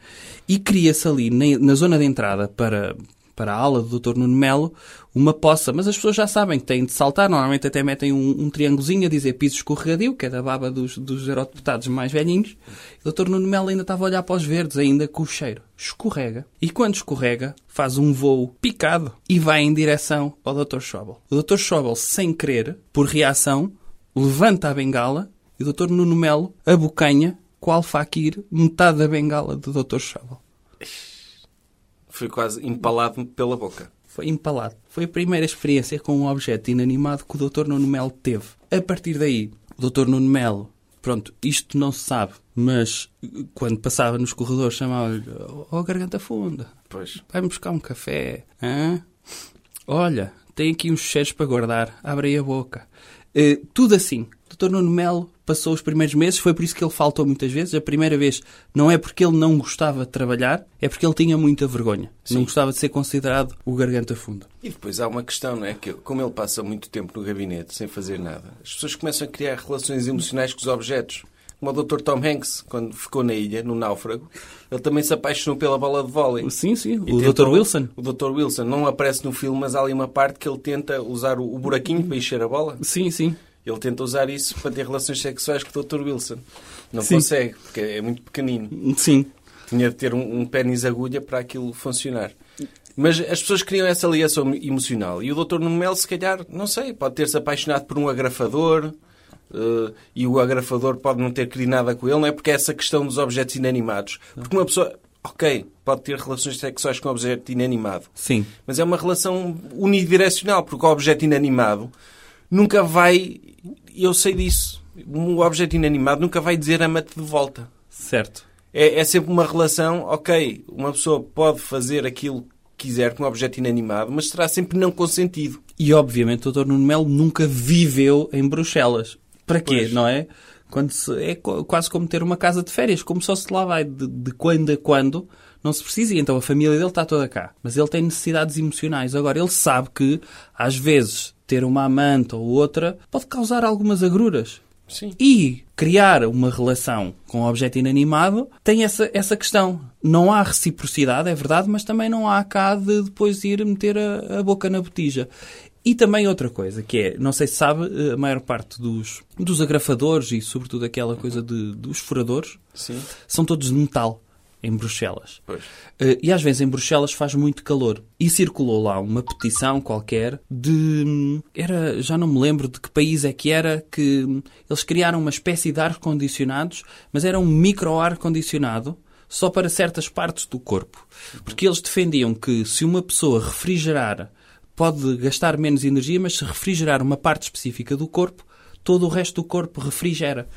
[SPEAKER 3] E cria-se ali, na, na zona de entrada para, para a aula do Dr. Nuno Melo, uma poça. Mas as pessoas já sabem que têm de saltar, normalmente até metem um, um triângulozinho a dizer piso escorregadio, que é da baba dos, dos eurodeputados mais velhinhos. E o Dr. Nuno Melo ainda estava a olhar para os verdes, ainda com o cheiro. Escorrega. E quando escorrega, faz um voo picado e vai em direção ao Dr. Schauble. O Dr. Schauble, sem querer, por reação, levanta a bengala e o Dr. Nuno Melo abocanha, qual faquir, metade da bengala do Dr. Schauble.
[SPEAKER 2] Foi quase empalado pela boca.
[SPEAKER 3] Foi empalado. Foi a primeira experiência com um objeto inanimado que o Dr. Nuno Melo teve. A partir daí, o Dr. Nuno Melo, pronto, isto não se sabe, mas eh, quando passava nos corredores chamava-lhe oh, garganta funda,
[SPEAKER 2] Pois.
[SPEAKER 3] vai-me buscar um café, hã? Olha, tem aqui uns cheiros para guardar, abre aí a boca. Eh, tudo assim. O Dr. Nuno Melo passou os primeiros meses, foi por isso que ele faltou muitas vezes. A primeira vez não é porque ele não gostava de trabalhar, é porque ele tinha muita vergonha. Não gostava de ser considerado o garganta funda.
[SPEAKER 2] E depois há uma questão, não é? Que como ele passa muito tempo no gabinete sem fazer nada, as pessoas começam a criar relações emocionais com os objetos. Como o Dr. Tom Hanks, quando ficou na ilha, no náufrago, ele também se apaixonou pela bola de vôlei.
[SPEAKER 3] Sim, sim,
[SPEAKER 2] E
[SPEAKER 3] o
[SPEAKER 2] tentou-
[SPEAKER 3] Dr. Wilson.
[SPEAKER 2] O Dr. Wilson não aparece no filme, mas há ali uma parte que ele tenta usar o, o buraquinho para encher a bola.
[SPEAKER 3] Sim, sim.
[SPEAKER 2] Ele tenta usar isso para ter relações sexuais com o Dr. Wilson. Não
[SPEAKER 3] Sim.
[SPEAKER 2] consegue, porque é muito pequenino.
[SPEAKER 3] Sim.
[SPEAKER 2] Tinha de ter um, um pênis agulha para aquilo funcionar. Mas as pessoas criam essa ligação emocional. E o Dr. Nuno Melo, se calhar, não sei, pode ter-se apaixonado por um agrafador eh, e o agrafador pode não ter querido nada com ele, não é? Porque é essa questão dos objetos inanimados. Porque uma pessoa, ok, pode ter relações sexuais com um objeto inanimado,
[SPEAKER 3] Sim.
[SPEAKER 2] mas é uma relação unidirecional, porque o objeto inanimado nunca vai. Eu sei disso. Um objeto inanimado nunca vai dizer ama-te de volta.
[SPEAKER 3] Certo.
[SPEAKER 2] É, é sempre uma relação, ok, uma pessoa pode fazer aquilo que quiser com um objeto inanimado, mas será sempre não consentido.
[SPEAKER 3] E obviamente o Dr. Nuno Melo nunca viveu em Bruxelas. Para quê,
[SPEAKER 2] Pois.
[SPEAKER 3] não é? Quando se- é co- quase como ter uma casa de férias, como só se lá vai de, de quando a quando, não se precisa. E então a família dele está toda cá. Mas ele tem necessidades emocionais. Agora, ele sabe que, às vezes, ter uma amante ou outra pode causar algumas agruras.
[SPEAKER 2] Sim.
[SPEAKER 3] E criar uma relação com um objeto inanimado tem essa, essa questão. Não há reciprocidade, é verdade, mas também não há cá de depois ir meter a, a boca na botija. E também outra coisa, que é, não sei se sabe, eh, a maior parte dos, dos agrafadores e sobretudo aquela coisa de, dos furadores
[SPEAKER 2] Sim.
[SPEAKER 3] são todos de metal em Bruxelas.
[SPEAKER 2] Pois.
[SPEAKER 3] Eh, E às vezes em Bruxelas faz muito calor. E circulou lá uma petição qualquer de. hum, Era, já não me lembro de que país é que era, que hum, eles criaram uma espécie de ar-condicionados, mas era um micro-ar-condicionado só para certas partes do corpo. Porque eles defendiam que se uma pessoa refrigerar, pode gastar menos energia, mas se refrigerar uma parte específica do corpo, todo o resto do corpo refrigera.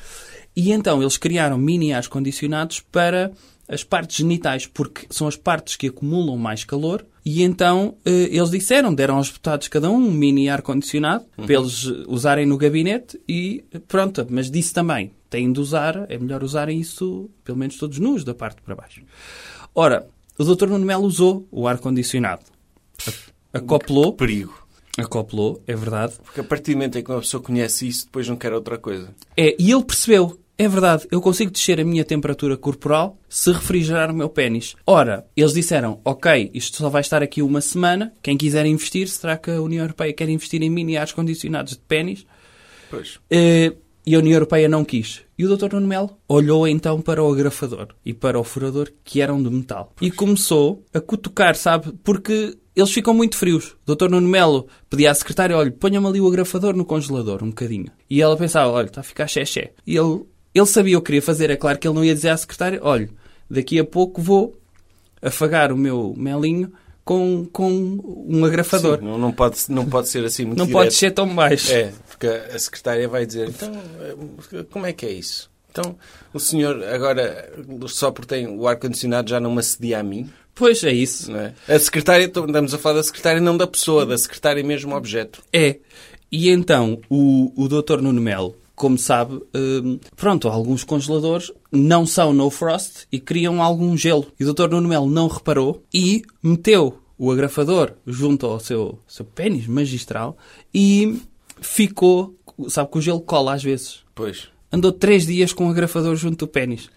[SPEAKER 3] E então eles criaram mini-ares condicionados para as partes genitais, porque são as partes que acumulam mais calor. E então eh, eles disseram, deram aos deputados cada um um mini ar-condicionado para eles eh, usarem no gabinete e eh, pronto. Mas disse também, têm de usar, é melhor usarem isso, pelo menos todos nus, da parte para baixo. Ora, o Dr. Nuno Melo usou o ar-condicionado. Acoplou,
[SPEAKER 2] Perigo.
[SPEAKER 3] acoplou, é verdade.
[SPEAKER 2] Porque a partir do momento em que uma pessoa conhece isso, depois não quer outra coisa.
[SPEAKER 3] É, e ele percebeu. É verdade, eu consigo descer a minha temperatura corporal se refrigerar o meu pênis. Ora, eles disseram, ok, isto só vai estar aqui uma semana, quem quiser investir, será que a União Europeia quer investir em mini ares condicionados de pênis?
[SPEAKER 2] Pois.
[SPEAKER 3] Eh, E a União Europeia não quis. E o Dr. Nuno Melo olhou então para o agrafador e para o furador, que eram de metal. E começou a cutucar, sabe? Porque eles ficam muito frios. O Dr. Nuno Melo pedia à secretária, olha, ponha-me ali o agrafador no congelador, um bocadinho. E ela pensava, olha, está a ficar xé-xé. E ele, ele sabia o que queria fazer. É claro que ele não ia dizer à secretária, olha, daqui a pouco vou afagar o meu melinho com, com um agrafador.
[SPEAKER 2] Sim, não, não, pode, não pode ser assim muito
[SPEAKER 3] não
[SPEAKER 2] direto.
[SPEAKER 3] pode ser tão baixo.
[SPEAKER 2] É, porque a secretária vai dizer, então, eh, como é que é isso? Então, o senhor agora, só porque tem o ar-condicionado, já não me assedia a mim?
[SPEAKER 3] Pois é isso.
[SPEAKER 2] Não é? A secretária, estamos a falar da secretária, não da pessoa, da secretária mesmo objeto.
[SPEAKER 3] É. E então, o, o Dr. Nuno Melo, como sabe, hum, pronto, alguns congeladores não são no frost e criam algum gelo. E o Dr. Nuno Melo não reparou e meteu o agrafador junto ao seu, seu pênis magistral e ficou. Sabe que o gelo cola às vezes.
[SPEAKER 2] Pois.
[SPEAKER 3] Andou três dias com o agrafador junto do pênis.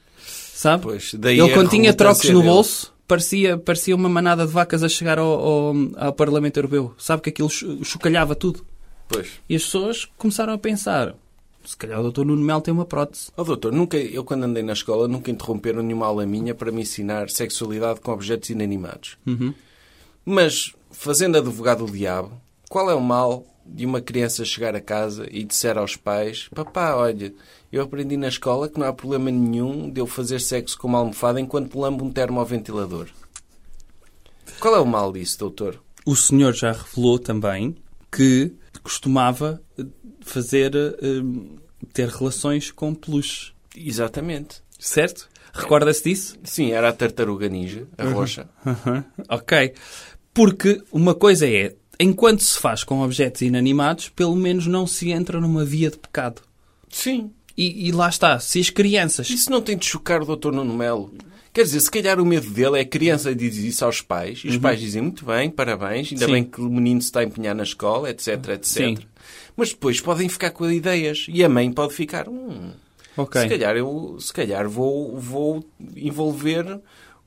[SPEAKER 3] Sabe?
[SPEAKER 2] Pois, daí
[SPEAKER 3] Ele,
[SPEAKER 2] a
[SPEAKER 3] quando tinha
[SPEAKER 2] relutância
[SPEAKER 3] trocos no
[SPEAKER 2] dele.
[SPEAKER 3] bolso, parecia, parecia uma manada de vacas a chegar ao, ao, ao Parlamento Europeu. Sabe que aquilo chu- chocalhava tudo.
[SPEAKER 2] Pois.
[SPEAKER 3] E as pessoas começaram a pensar: se calhar o Dr. Nuno Melo tem uma prótese.
[SPEAKER 2] Ó doutor, nunca, eu quando andei na escola nunca interromperam nenhuma aula minha para me ensinar sexualidade com objetos inanimados. Mas, fazendo advogado do diabo, qual é o mal de uma criança chegar a casa e disser aos pais: Papá, olha, eu aprendi na escola que não há problema nenhum de eu fazer sexo com uma almofada enquanto lambo um termoventilador? Qual é o mal disso, doutor?
[SPEAKER 3] O senhor já revelou também que costumava eh, fazer eh, ter relações com peluche,
[SPEAKER 2] Exatamente.
[SPEAKER 3] certo? Recorda-se disso?
[SPEAKER 2] Sim, era a tartaruga ninja, a rocha.
[SPEAKER 3] Aham, ok. Porque uma coisa é, enquanto se faz com objetos inanimados, pelo menos não se entra numa via de pecado.
[SPEAKER 2] Sim.
[SPEAKER 3] E, e lá está, se as crianças.
[SPEAKER 2] Isso não tem de chocar o doutor Nuno Melo. Quer dizer, se calhar o medo dele é a criança diz isso aos pais, e os pais dizem muito bem, parabéns, ainda
[SPEAKER 3] Uhum. Sim.
[SPEAKER 2] bem que o menino se está a empenhar na escola, etc, etc.
[SPEAKER 3] Sim.
[SPEAKER 2] Mas depois podem ficar com ideias e a mãe pode ficar, hum,
[SPEAKER 3] Ok.
[SPEAKER 2] se calhar eu se calhar vou, vou envolver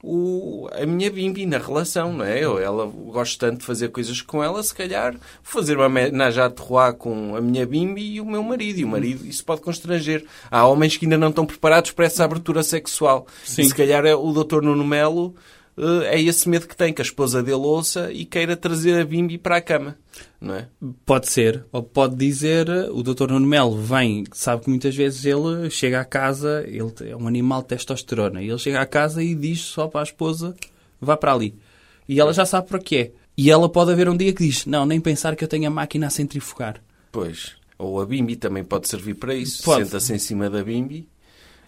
[SPEAKER 2] o, a minha Bimbi na relação, não é? Eu, ela gosto tanto de fazer coisas com ela, se calhar vou fazer uma homenagem à terroir com a minha Bimbi e o meu marido. E o marido, isso pode constranger. Há homens que ainda não estão preparados para essa abertura sexual.
[SPEAKER 3] Sim.
[SPEAKER 2] E se calhar é o Dr. Nuno Melo eh, é esse medo que tem, que a esposa dele ouça e queira trazer a Bimbi para a cama, não é?
[SPEAKER 3] Pode ser, ou pode dizer, o Dr. Nuno Melo vem, sabe que muitas vezes ele chega à casa, ele é um animal de testosterona, e ele chega à casa e diz só para a esposa, vá para ali. E ela já sabe para que é. E ela pode haver um dia que diz, não, nem pensar que eu tenho a máquina a centrifugar.
[SPEAKER 2] Pois. Ou a Bimbi também pode servir para isso.
[SPEAKER 3] Pode.
[SPEAKER 2] Senta-se em cima da Bimbi.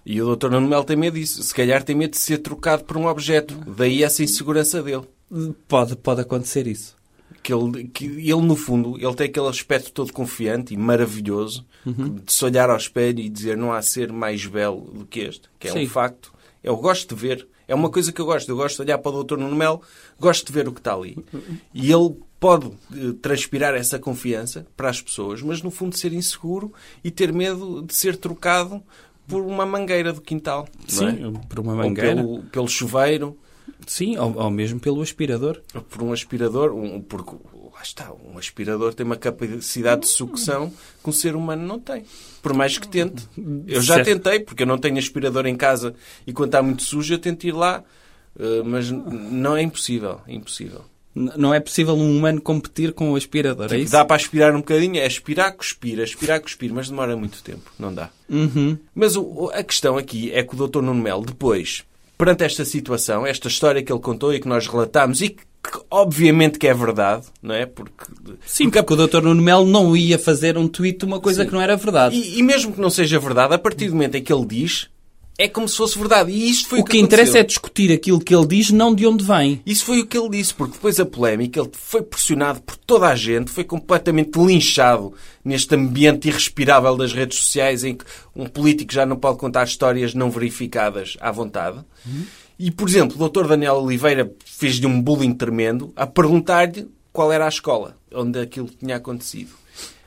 [SPEAKER 2] E o Dr. Nuno Melo tem medo disso. Se calhar tem medo de ser trocado por um objeto. Daí essa insegurança dele.
[SPEAKER 3] Pode, pode acontecer isso.
[SPEAKER 2] Que ele, que ele, no fundo, ele tem aquele aspecto todo confiante e maravilhoso
[SPEAKER 3] Uhum.
[SPEAKER 2] de se olhar ao espelho e dizer não há ser mais belo do que este. Que é
[SPEAKER 3] Sim.
[SPEAKER 2] um facto. Eu gosto de ver. É uma coisa que eu gosto. Eu gosto de olhar para o Dr. Nuno Melo, gosto de ver o que está ali. E ele pode eh, transpirar essa confiança para as pessoas, mas no fundo ser inseguro e ter medo de ser trocado por uma mangueira do quintal. não é?
[SPEAKER 3] por uma
[SPEAKER 2] Ou
[SPEAKER 3] mangueira.
[SPEAKER 2] pelo, pelo chuveiro
[SPEAKER 3] Sim, ou, ou mesmo pelo aspirador.
[SPEAKER 2] por um aspirador, um, porque lá está, um aspirador tem uma capacidade de sucção que um ser humano não tem. Por mais que tente. Eu já
[SPEAKER 3] Certo.
[SPEAKER 2] tentei, porque eu não tenho aspirador em casa e quando está muito sujo eu tento ir lá, eh, mas n- não é impossível. é impossível.
[SPEAKER 3] N- Não é possível um humano competir com o aspirador, é
[SPEAKER 2] Tipo,
[SPEAKER 3] isso?
[SPEAKER 2] dá para aspirar um bocadinho, é aspirar, cuspir, aspirar, cuspir, mas
[SPEAKER 3] Uhum.
[SPEAKER 2] demora muito tempo, não dá. Mas o- o- a questão aqui é que o Dr. Nuno Melo depois perante esta situação, esta história que ele contou e que nós relatámos e que obviamente que é verdade, não é? Porque
[SPEAKER 3] Sim, porque o Dr. Nuno Melo não ia fazer um tweet de uma coisa que não era verdade.
[SPEAKER 2] e, e mesmo que não seja verdade, a partir do momento em que ele diz, é como se fosse verdade. E isto foi o,
[SPEAKER 3] o que interessa é
[SPEAKER 2] aconteceu.
[SPEAKER 3] discutir aquilo que ele diz, não de onde vem.
[SPEAKER 2] Isso foi o que ele disse, porque depois a polémica, ele foi pressionado por toda a gente, foi completamente linchado neste ambiente irrespirável das redes sociais em que um político já não pode contar histórias não verificadas à vontade. E, por exemplo, o Dr. Daniel Oliveira fez-lhe um bullying tremendo a perguntar-lhe qual era a escola onde aquilo tinha acontecido.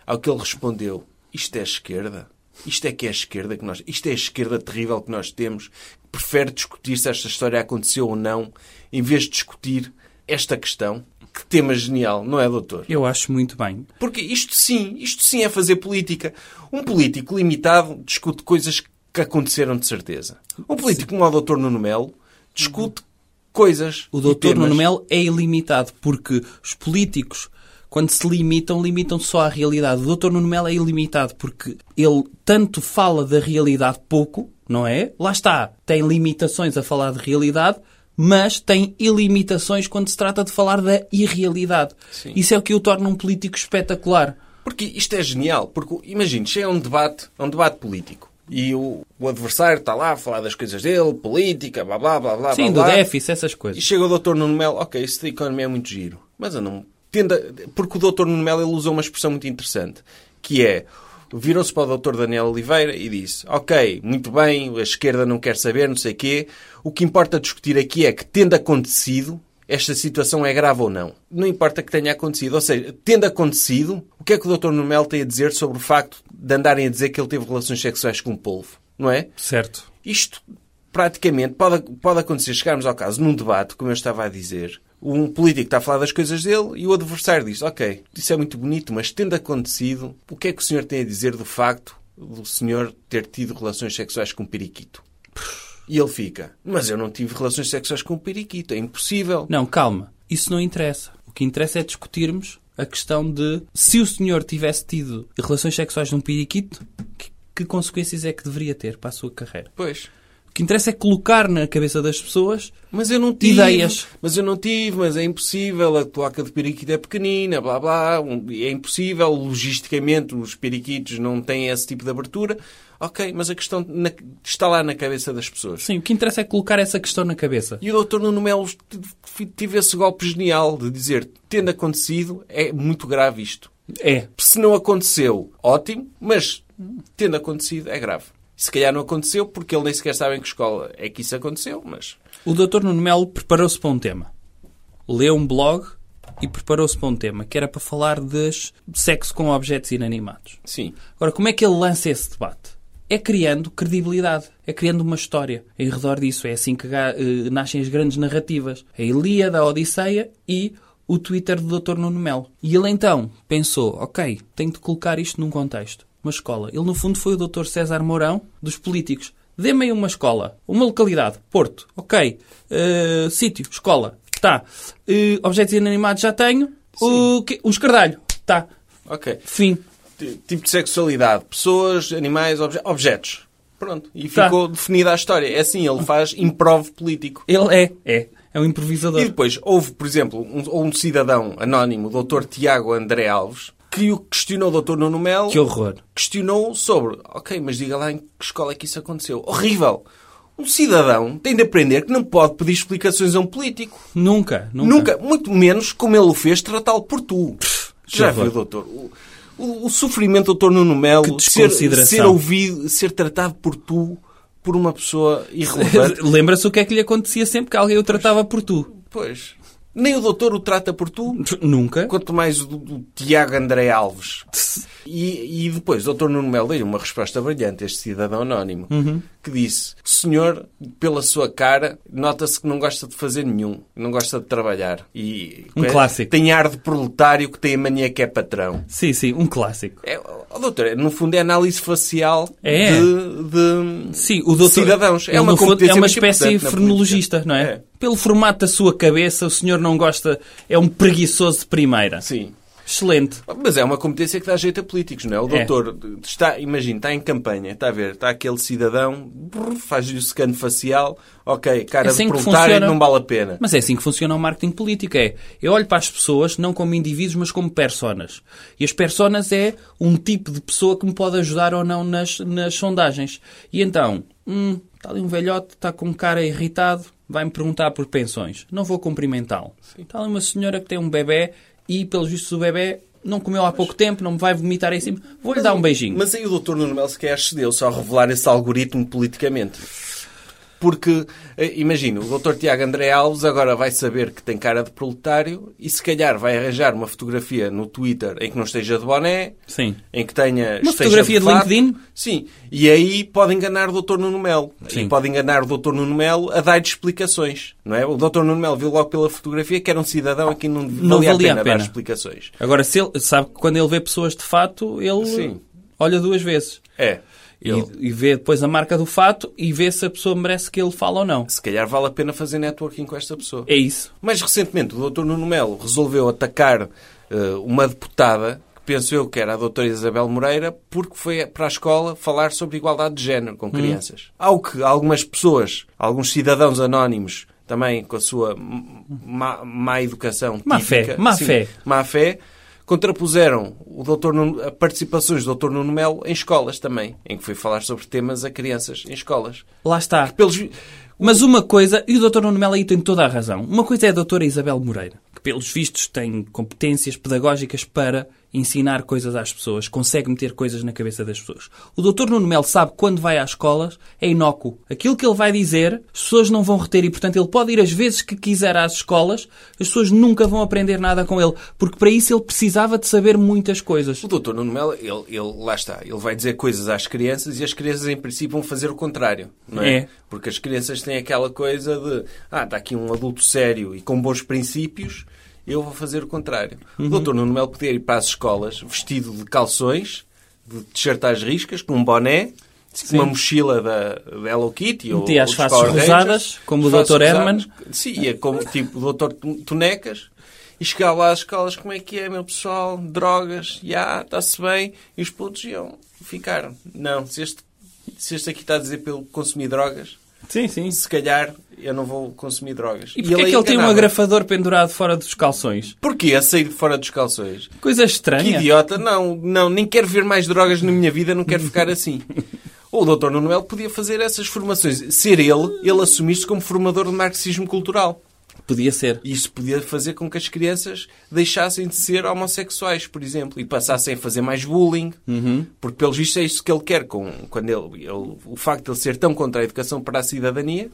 [SPEAKER 2] Ao que ele respondeu: Isto é esquerda. Isto é que é a esquerda que nós. Isto é a esquerda terrível que nós temos, que prefere discutir se esta história aconteceu ou não, em vez de discutir esta questão. Que tema genial, não é, doutor?
[SPEAKER 3] Eu acho muito bem.
[SPEAKER 2] Porque isto sim, isto sim é fazer política. Um político limitado discute coisas que aconteceram de certeza. Um político como o doutor Nuno Melo discute coisas.
[SPEAKER 3] O
[SPEAKER 2] e
[SPEAKER 3] Dr.
[SPEAKER 2] temas.
[SPEAKER 3] Nuno Melo é ilimitado, porque os políticos, quando se limitam, limitam só à realidade. O Dr. Nuno Melo é ilimitado, porque ele tanto fala da realidade pouco, não é? Lá está, tem limitações a falar de realidade, mas tem ilimitações quando se trata de falar da irrealidade. Isso é o que o torna um político espetacular.
[SPEAKER 2] Porque isto é genial. Porque, imagina, chega a um debate, a um debate político. E o, o adversário está lá a falar das coisas dele, política, blá blá blá blá.
[SPEAKER 3] Sim, do
[SPEAKER 2] blá, blá.
[SPEAKER 3] déficit, essas
[SPEAKER 2] E
[SPEAKER 3] coisas.
[SPEAKER 2] chega o Dr. Nuno Melo, ok, isso da economia é muito giro. Mas eu não. Tenda, porque o Dr. Nuno Melo ele usou uma expressão muito interessante, que é. Virou-se para o Dr. Daniel Oliveira e disse: Ok, muito bem, a esquerda não quer saber, não sei quê. O que importa discutir aqui é que, tendo acontecido, esta situação é grave ou não. Não importa que tenha acontecido. Ou seja, tendo acontecido, o que é que o Dr. Nuno Melo tem a dizer sobre o facto de andarem a dizer que ele teve relações sexuais com um polvo? Não é?
[SPEAKER 3] Certo.
[SPEAKER 2] Isto praticamente pode, pode acontecer, chegarmos ao caso, num debate, como eu estava a dizer, um político está a falar das coisas dele e o adversário diz: Ok, isso é muito bonito, mas tendo acontecido, o que é que o senhor tem a dizer do facto do senhor ter tido relações sexuais com um periquito? E ele fica: Mas eu não tive relações sexuais com um periquito, é impossível.
[SPEAKER 3] Não, calma. Isso não interessa. O que interessa é discutirmos a questão de se o senhor tivesse tido relações sexuais num periquito, que, que consequências é que deveria ter para a sua carreira.
[SPEAKER 2] Pois.
[SPEAKER 3] O que interessa é colocar na cabeça das pessoas
[SPEAKER 2] Mas eu não tive.
[SPEAKER 3] Ideias.
[SPEAKER 2] Mas eu não tive, mas é impossível. A placa de periquito é pequenina, blá blá. um- É impossível. Logisticamente, os periquitos não têm esse tipo de abertura. Ok, mas a questão na- está lá na cabeça das pessoas.
[SPEAKER 3] Sim, o que interessa é colocar essa questão na cabeça.
[SPEAKER 2] E o Dr. Nuno Melo t- teve esse golpe genial de dizer: tendo acontecido, é muito grave isto.
[SPEAKER 3] É.
[SPEAKER 2] Se não aconteceu, ótimo, mas tendo acontecido, é grave. Se calhar não aconteceu porque ele nem sequer sabe em que escola é que isso aconteceu, mas.
[SPEAKER 3] O Dr. Nuno Melo preparou-se para um tema. Leu um blog e preparou-se para um tema, que era para falar de sexo com objetos inanimados.
[SPEAKER 2] Sim.
[SPEAKER 3] Agora, como é que ele lança esse debate? É criando credibilidade, é criando uma história. Em redor disso é assim que ga- eh, nascem as grandes narrativas. A Ilíada, a Odisseia e o Twitter do Dr. Nuno Melo. E ele então pensou, ok, tenho de colocar isto num contexto. Uma escola. Ele no fundo foi o Dr. César Mourão dos políticos. Dê-me aí uma escola, uma localidade, Porto, ok. Eh, sítio, escola, tá. Eh, objetos inanimados já tenho. O que- um escardalho, tá.
[SPEAKER 2] Ok.
[SPEAKER 3] Fim.
[SPEAKER 2] T- tipo de sexualidade. Pessoas, animais, obje- objetos. Pronto. E
[SPEAKER 3] Tá.
[SPEAKER 2] ficou definida a história. É assim, ele faz improv político.
[SPEAKER 3] Ele é, é. É um improvisador.
[SPEAKER 2] E depois houve, por exemplo, um, um cidadão anónimo, o Dr. Tiago André Alves, que o questionou o Dr. Nuno Melo.
[SPEAKER 3] Que horror.
[SPEAKER 2] Questionou sobre, ok, mas diga lá em que escola é que isso aconteceu. Horrível. Um cidadão tem de aprender que não pode pedir explicações a um político.
[SPEAKER 3] Nunca, nunca.
[SPEAKER 2] Nunca. muito menos como ele o fez, tratá-lo por tu. Já
[SPEAKER 3] horror.
[SPEAKER 2] viu, doutor? O, o- o sofrimento do doutor Nuno Melo
[SPEAKER 3] Que
[SPEAKER 2] ser,
[SPEAKER 3] desconsideração.
[SPEAKER 2] ser ouvido, ser tratado por tu, por uma pessoa
[SPEAKER 3] [LAUGHS]
[SPEAKER 2] irrelevante.
[SPEAKER 3] [LAUGHS] Lembra-se o que é que lhe acontecia sempre que alguém o tratava por tu?
[SPEAKER 2] pois. Nem o doutor o trata por tu,
[SPEAKER 3] Nunca.
[SPEAKER 2] quanto mais o, do- do Tiago André Alves. E, e depois o doutor Nuno Melo deu uma resposta brilhante a este cidadão anónimo,
[SPEAKER 3] Uhum.
[SPEAKER 2] que disse, senhor, pela sua cara, nota-se que não gosta de fazer nenhum, não gosta de trabalhar. E, é,
[SPEAKER 3] Um clássico.
[SPEAKER 2] Tem ar de proletário que tem a mania que é patrão.
[SPEAKER 3] Sim, sim, um clássico.
[SPEAKER 2] É, ó, doutor, é, no fundo é análise facial
[SPEAKER 3] É.
[SPEAKER 2] de, de-
[SPEAKER 3] Sim, o doutor...
[SPEAKER 2] cidadãos.
[SPEAKER 3] Ele,
[SPEAKER 2] É uma
[SPEAKER 3] no fundo,
[SPEAKER 2] competência
[SPEAKER 3] É uma
[SPEAKER 2] muito
[SPEAKER 3] espécie
[SPEAKER 2] importante na
[SPEAKER 3] frenologista, não é?
[SPEAKER 2] É.
[SPEAKER 3] Pelo formato da sua cabeça, o senhor não gosta... É um preguiçoso de primeira.
[SPEAKER 2] Sim.
[SPEAKER 3] Excelente.
[SPEAKER 2] Mas é uma competência que dá jeito a políticos, não é? O
[SPEAKER 3] É.
[SPEAKER 2] doutor está, imagina, está em campanha, está a ver, está aquele cidadão, brrr, faz-lhe o scan facial, ok, cara
[SPEAKER 3] Assim
[SPEAKER 2] de
[SPEAKER 3] que
[SPEAKER 2] proletário
[SPEAKER 3] funciona.
[SPEAKER 2] não vale a pena.
[SPEAKER 3] Mas é assim que funciona o marketing político. É, eu olho para as pessoas não como indivíduos, mas como personas. E as personas é um tipo de pessoa que me pode ajudar ou não nas, nas sondagens. E então, hum, está ali um velhote, está com cara irritado, vai-me perguntar por pensões. Não vou cumprimentá-lo. Está ali uma senhora que tem um bebê e, pelos vistos, o bebê não comeu há pouco tempo, não me vai vomitar em cima. Vou-lhe dar um beijinho.
[SPEAKER 2] Mas aí o doutor Nuno Melo sequer cedeu-se ao revelar esse algoritmo politicamente. Porque, eh, imagina, o doutor Tiago André Alves agora vai saber que tem cara de proletário e se calhar vai arranjar uma fotografia no Twitter em que não esteja de boné,
[SPEAKER 3] Sim.
[SPEAKER 2] em que tenha... esteja
[SPEAKER 3] fotografia de
[SPEAKER 2] fato.
[SPEAKER 3] LinkedIn?
[SPEAKER 2] Sim. E aí pode enganar o Dr. Nuno Melo.
[SPEAKER 3] Sim.
[SPEAKER 2] E pode enganar o Dr. Nuno Melo a dar-lhe explicações. Não é? O Dr. Nuno Melo viu logo pela fotografia que era um cidadão a quem não,
[SPEAKER 3] Não
[SPEAKER 2] valia, a
[SPEAKER 3] valia a
[SPEAKER 2] pena, dar
[SPEAKER 3] pena.
[SPEAKER 2] explicações.
[SPEAKER 3] Agora, se ele, sabe que quando ele vê pessoas de fato, ele
[SPEAKER 2] Sim.
[SPEAKER 3] olha duas vezes.
[SPEAKER 2] É.
[SPEAKER 3] E,
[SPEAKER 2] Ele-
[SPEAKER 3] e vê depois a marca do fato e vê se a pessoa merece que ele fale ou não.
[SPEAKER 2] Se calhar vale a pena fazer networking com esta pessoa.
[SPEAKER 3] É isso.
[SPEAKER 2] Mais recentemente, o Dr. Nuno Melo resolveu atacar eh, uma deputada, que penso eu que era a Dra. Isabel Moreira, porque foi para a escola falar sobre igualdade de género
[SPEAKER 3] Hum.
[SPEAKER 2] com crianças. Ao que algumas pessoas, alguns cidadãos anónimos, também com a sua m- má, má educação
[SPEAKER 3] Má
[SPEAKER 2] típica,
[SPEAKER 3] fé, má fé.
[SPEAKER 2] má fé, contrapuseram o Dr. Nuno- a participações do Dr. Nuno Melo em escolas também, em que foi falar sobre temas a crianças em escolas.
[SPEAKER 3] Lá está.
[SPEAKER 2] Pelos... vi-
[SPEAKER 3] Mas uma coisa, e o Dr. Nuno Melo aí tem toda a razão, uma coisa é a Dra. Isabel Moreira, que pelos vistos tem competências pedagógicas para ensinar coisas às pessoas, consegue meter coisas na cabeça das pessoas. O Dr. Nuno Melo sabe que quando vai às escolas é inócuo. Aquilo que ele vai dizer, as pessoas não vão reter e, portanto, ele pode ir as vezes que quiser às escolas, as pessoas nunca vão aprender nada com ele, porque para isso ele precisava de saber muitas coisas.
[SPEAKER 2] O doutor Nuno Melo, ele, ele- lá está, ele vai dizer coisas às crianças e as crianças, em princípio, vão fazer o contrário, não é?
[SPEAKER 3] É.
[SPEAKER 2] Porque as crianças têm aquela coisa de, ah, está aqui um adulto sério e com bons princípios, eu vou fazer o contrário. O doutor Nuno Melo podia ir para as escolas vestido de calções, de t-shirt às riscas, com um boné, com uma mochila da, da Hello Kitty ou,
[SPEAKER 3] Metia as
[SPEAKER 2] ou dos
[SPEAKER 3] faces
[SPEAKER 2] Power Rangers,
[SPEAKER 3] rosadas, como o
[SPEAKER 2] faces
[SPEAKER 3] Dr.
[SPEAKER 2] rosadas.
[SPEAKER 3] Herman.
[SPEAKER 2] Sim, ia como tipo o doutor Tonecas e chegar lá às escolas, como é que é, meu pessoal? Drogas, já, está-se bem. E os putos iam ficar. Não, se este, se este aqui está a dizer pelo consumir drogas,
[SPEAKER 3] Sim, sim.
[SPEAKER 2] se calhar eu não vou consumir drogas.
[SPEAKER 3] E porquê é
[SPEAKER 2] aí
[SPEAKER 3] que ele tem um
[SPEAKER 2] enganava.
[SPEAKER 3] agrafador pendurado fora dos calções?
[SPEAKER 2] Porquê a sair de fora dos calções?
[SPEAKER 3] Coisa
[SPEAKER 2] Que
[SPEAKER 3] estranha.
[SPEAKER 2] idiota, não, não, nem quero ver mais drogas na minha vida, não quero ficar assim. Ou o Dr. Nuno Melo podia fazer essas formações. Ser ele, ele assumir-se como formador de marxismo cultural.
[SPEAKER 3] Podia ser.
[SPEAKER 2] E isso podia fazer com que as crianças deixassem de ser homossexuais, por exemplo, e passassem a fazer mais bullying. Porque, pelos vistos, é isso que ele quer. Com, quando ele, ele- o facto de ele ser tão contra a educação para a cidadania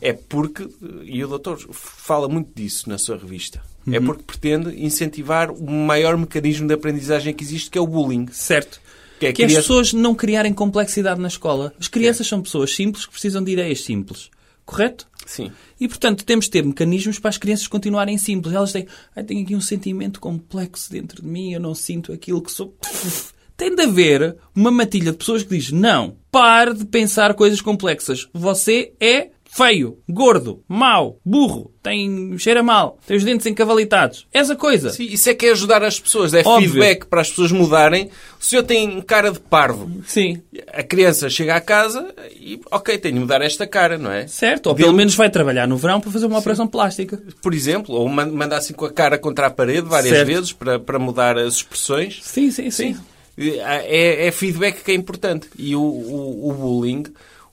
[SPEAKER 2] é porque, e o doutor fala muito disso na sua revista, é porque pretende incentivar o maior mecanismo de aprendizagem que existe, que é o bullying.
[SPEAKER 3] Certo.
[SPEAKER 2] Que
[SPEAKER 3] Que,
[SPEAKER 2] é
[SPEAKER 3] as
[SPEAKER 2] criança-
[SPEAKER 3] pessoas não criarem complexidade na escola. As crianças são pessoas simples que precisam de ideias simples. Correto?
[SPEAKER 2] Sim.
[SPEAKER 3] E, portanto, temos de ter mecanismos para as crianças continuarem simples. Elas têm, "Ai, tenho aqui um sentimento complexo dentro de mim, eu não sinto aquilo que sou. [LAUGHS] Pff, Tem de haver uma matilha de pessoas que diz, não, pare de pensar coisas complexas. Você é feio, gordo, mau, burro, tem cheira mal, tem os dentes encavalitados. Essa coisa.
[SPEAKER 2] Sim, isso é que é ajudar as pessoas, é
[SPEAKER 3] Óbvio.
[SPEAKER 2] feedback para as pessoas mudarem. O senhor tem cara de parvo.
[SPEAKER 3] Sim.
[SPEAKER 2] A criança chega à casa e, ok, tenho de mudar esta cara, não é?
[SPEAKER 3] Certo, ou pelo menos vai trabalhar no verão para fazer uma operação plástica.
[SPEAKER 2] Por exemplo, ou man- manda assim com a cara contra a parede várias
[SPEAKER 3] Certo.
[SPEAKER 2] vezes para, para mudar as expressões.
[SPEAKER 3] Sim, sim, sim.
[SPEAKER 2] É, é feedback que é importante. E o, o, o bullying,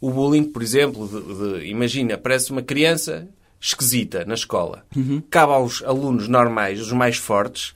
[SPEAKER 2] o bullying, por exemplo, de- de- imagina, aparece uma criança esquisita na escola.
[SPEAKER 3] Uhum.
[SPEAKER 2] Cabe aos alunos normais, os mais fortes,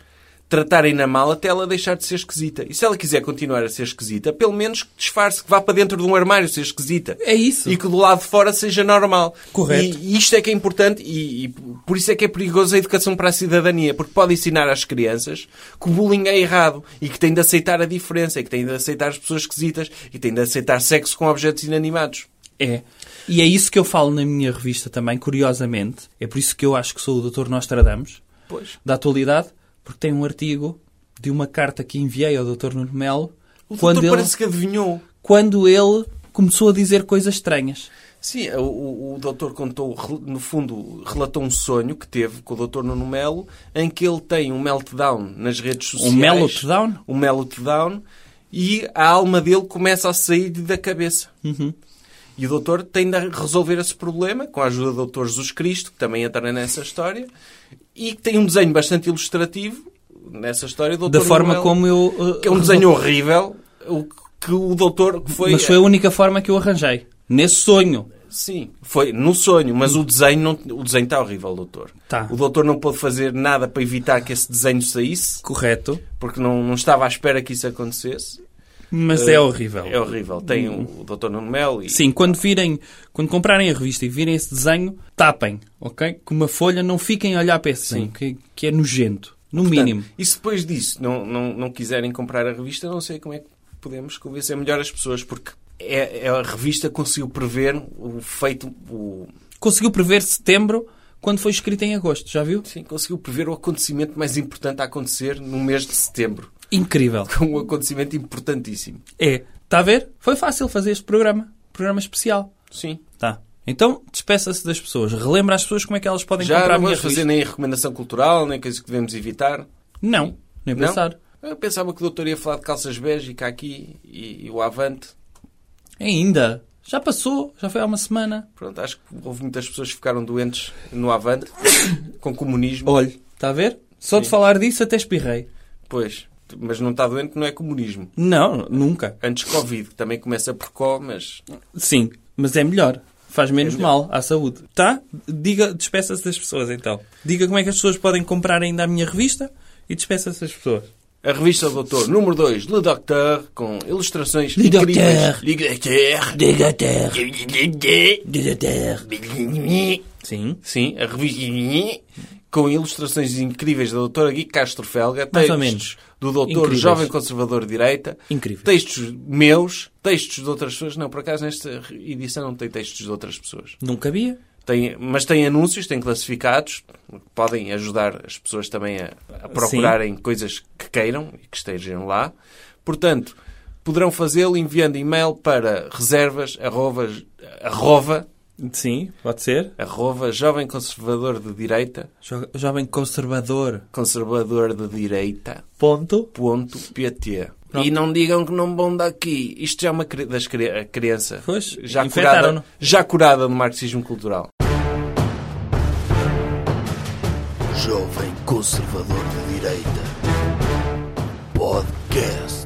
[SPEAKER 2] tratarem-na mal até ela deixar de ser esquisita. E se ela quiser continuar a ser esquisita, pelo menos que disfarce, que vá para dentro de um armário ser esquisita.
[SPEAKER 3] É isso.
[SPEAKER 2] E que do lado de fora seja normal.
[SPEAKER 3] Correto.
[SPEAKER 2] E isto é que é importante e, e por isso é que é perigoso a educação para a cidadania, porque pode ensinar às crianças que o bullying é errado e que têm de aceitar a diferença, e que têm de aceitar as pessoas esquisitas e têm de aceitar sexo com objetos inanimados.
[SPEAKER 3] É. E é isso que eu falo na minha revista também, curiosamente. É por isso que eu acho que sou o Dr. Nostradamus
[SPEAKER 2] Pois.
[SPEAKER 3] da atualidade, porque tem um artigo de uma carta que enviei ao Dr. Nuno Melo
[SPEAKER 2] O
[SPEAKER 3] quando
[SPEAKER 2] doutor
[SPEAKER 3] ele,
[SPEAKER 2] parece que adivinhou.
[SPEAKER 3] quando ele começou a dizer coisas estranhas.
[SPEAKER 2] Sim, o, o, o doutor contou, rel- no fundo, relatou um sonho que teve com o doutor Nuno Melo, em que ele tem um meltdown nas redes sociais.
[SPEAKER 3] meltdown?
[SPEAKER 2] Um meltdown. E a alma dele começa a sair da cabeça.
[SPEAKER 3] Uhum.
[SPEAKER 2] E o doutor tem de resolver esse problema com a ajuda do doutor Jesus Cristo, que também entra nessa história, e que tem um desenho bastante ilustrativo nessa história. do
[SPEAKER 3] Da
[SPEAKER 2] Dr.
[SPEAKER 3] forma
[SPEAKER 2] Manuel,
[SPEAKER 3] como eu. uh,
[SPEAKER 2] Que é um desenho horrível, o que o doutor foi... é.
[SPEAKER 3] Mas foi a única forma que eu arranjei. Nesse sonho.
[SPEAKER 2] Sim, foi no sonho, mas o desenho não, o desenho está horrível, doutor.
[SPEAKER 3] Tá.
[SPEAKER 2] O doutor não pôde fazer nada para evitar que esse desenho saísse,
[SPEAKER 3] Correto.
[SPEAKER 2] porque não, não estava à espera que isso acontecesse.
[SPEAKER 3] Mas é horrível.
[SPEAKER 2] É horrível. Tem o, o doutor Nuno Melo e...
[SPEAKER 3] Sim, quando virem, quando comprarem a revista e virem esse desenho, tapem, ok? Com uma folha, não fiquem a olhar para esse desenho, que, que é nojento, no mínimo.
[SPEAKER 2] E se depois disso não, não, não quiserem comprar a revista, não sei como é que podemos convencer melhor as pessoas, porque é, é a revista que conseguiu prever o feito... O,
[SPEAKER 3] Conseguiu prever setembro quando foi escrito em agosto, já viu?
[SPEAKER 2] sim, conseguiu prever o acontecimento mais importante a acontecer no mês de setembro. [LAUGHS]
[SPEAKER 3] Incrível.
[SPEAKER 2] Um acontecimento importantíssimo.
[SPEAKER 3] É, está a ver? Foi fácil fazer este programa, programa especial.
[SPEAKER 2] Sim.
[SPEAKER 3] Tá. Então, despeça-se das pessoas, relembra às pessoas como é que elas podem
[SPEAKER 2] Já
[SPEAKER 3] comprar a
[SPEAKER 2] não
[SPEAKER 3] minha
[SPEAKER 2] vamos
[SPEAKER 3] revista.
[SPEAKER 2] fazer nem recomendação cultural, nem coisas que devemos evitar.
[SPEAKER 3] Não, nem
[SPEAKER 2] Não?
[SPEAKER 3] pensar.
[SPEAKER 2] Eu pensava que o doutor ia falar de calças bege e cá aqui e, e o avante.
[SPEAKER 3] Ainda. Já passou, já foi há uma semana.
[SPEAKER 2] Pronto, acho que houve muitas pessoas que ficaram doentes no avante [COUGHS] com comunismo.
[SPEAKER 3] Olhe, está a ver? Só de falar disso até espirrei.
[SPEAKER 2] Pois, mas não está doente, não é comunismo.
[SPEAKER 3] Não, nunca.
[SPEAKER 2] Antes Covid, também começa por CO, mas
[SPEAKER 3] Sim, mas é melhor. Faz menos mal à saúde. Tá? Diga, despeça-se das pessoas então. Diga como é que as pessoas podem comprar ainda a minha revista e despeça-se das pessoas.
[SPEAKER 2] a revista do Doutor número 2, Le Docteur, com ilustrações
[SPEAKER 3] Le Docteur.
[SPEAKER 2] incríveis. Le
[SPEAKER 3] Diga
[SPEAKER 2] Docteur.
[SPEAKER 3] terra. Diga terra. Sim.
[SPEAKER 2] Sim, a revista com ilustrações incríveis da doutora Gui Castro Felga,
[SPEAKER 3] Mais
[SPEAKER 2] textos
[SPEAKER 3] ou menos.
[SPEAKER 2] do doutor
[SPEAKER 3] Incríveis.
[SPEAKER 2] jovem conservador de direita,
[SPEAKER 3] Incríveis.
[SPEAKER 2] textos meus, textos de outras pessoas. Não, por acaso nesta edição não tem textos de outras pessoas.
[SPEAKER 3] Não cabia.
[SPEAKER 2] Tem, mas tem anúncios, tem classificados, que podem ajudar as pessoas também a, a procurarem coisas que queiram e que estejam lá. Portanto, poderão fazê-lo enviando e-mail para reservas, arroba, arroba,
[SPEAKER 3] Sim, pode ser.
[SPEAKER 2] arroba jovem conservador de direita
[SPEAKER 3] Jo- Jovem conservador.
[SPEAKER 2] conservador de direita
[SPEAKER 3] Ponto.
[SPEAKER 2] ponto PT. E não digam que não vão daqui. Isto já é uma cri- das cri- a criança
[SPEAKER 3] Pois,
[SPEAKER 2] já
[SPEAKER 3] infectaram-no.
[SPEAKER 2] curada, já curada do marxismo cultural.
[SPEAKER 1] Jovem Conservador de Direita. Podcast.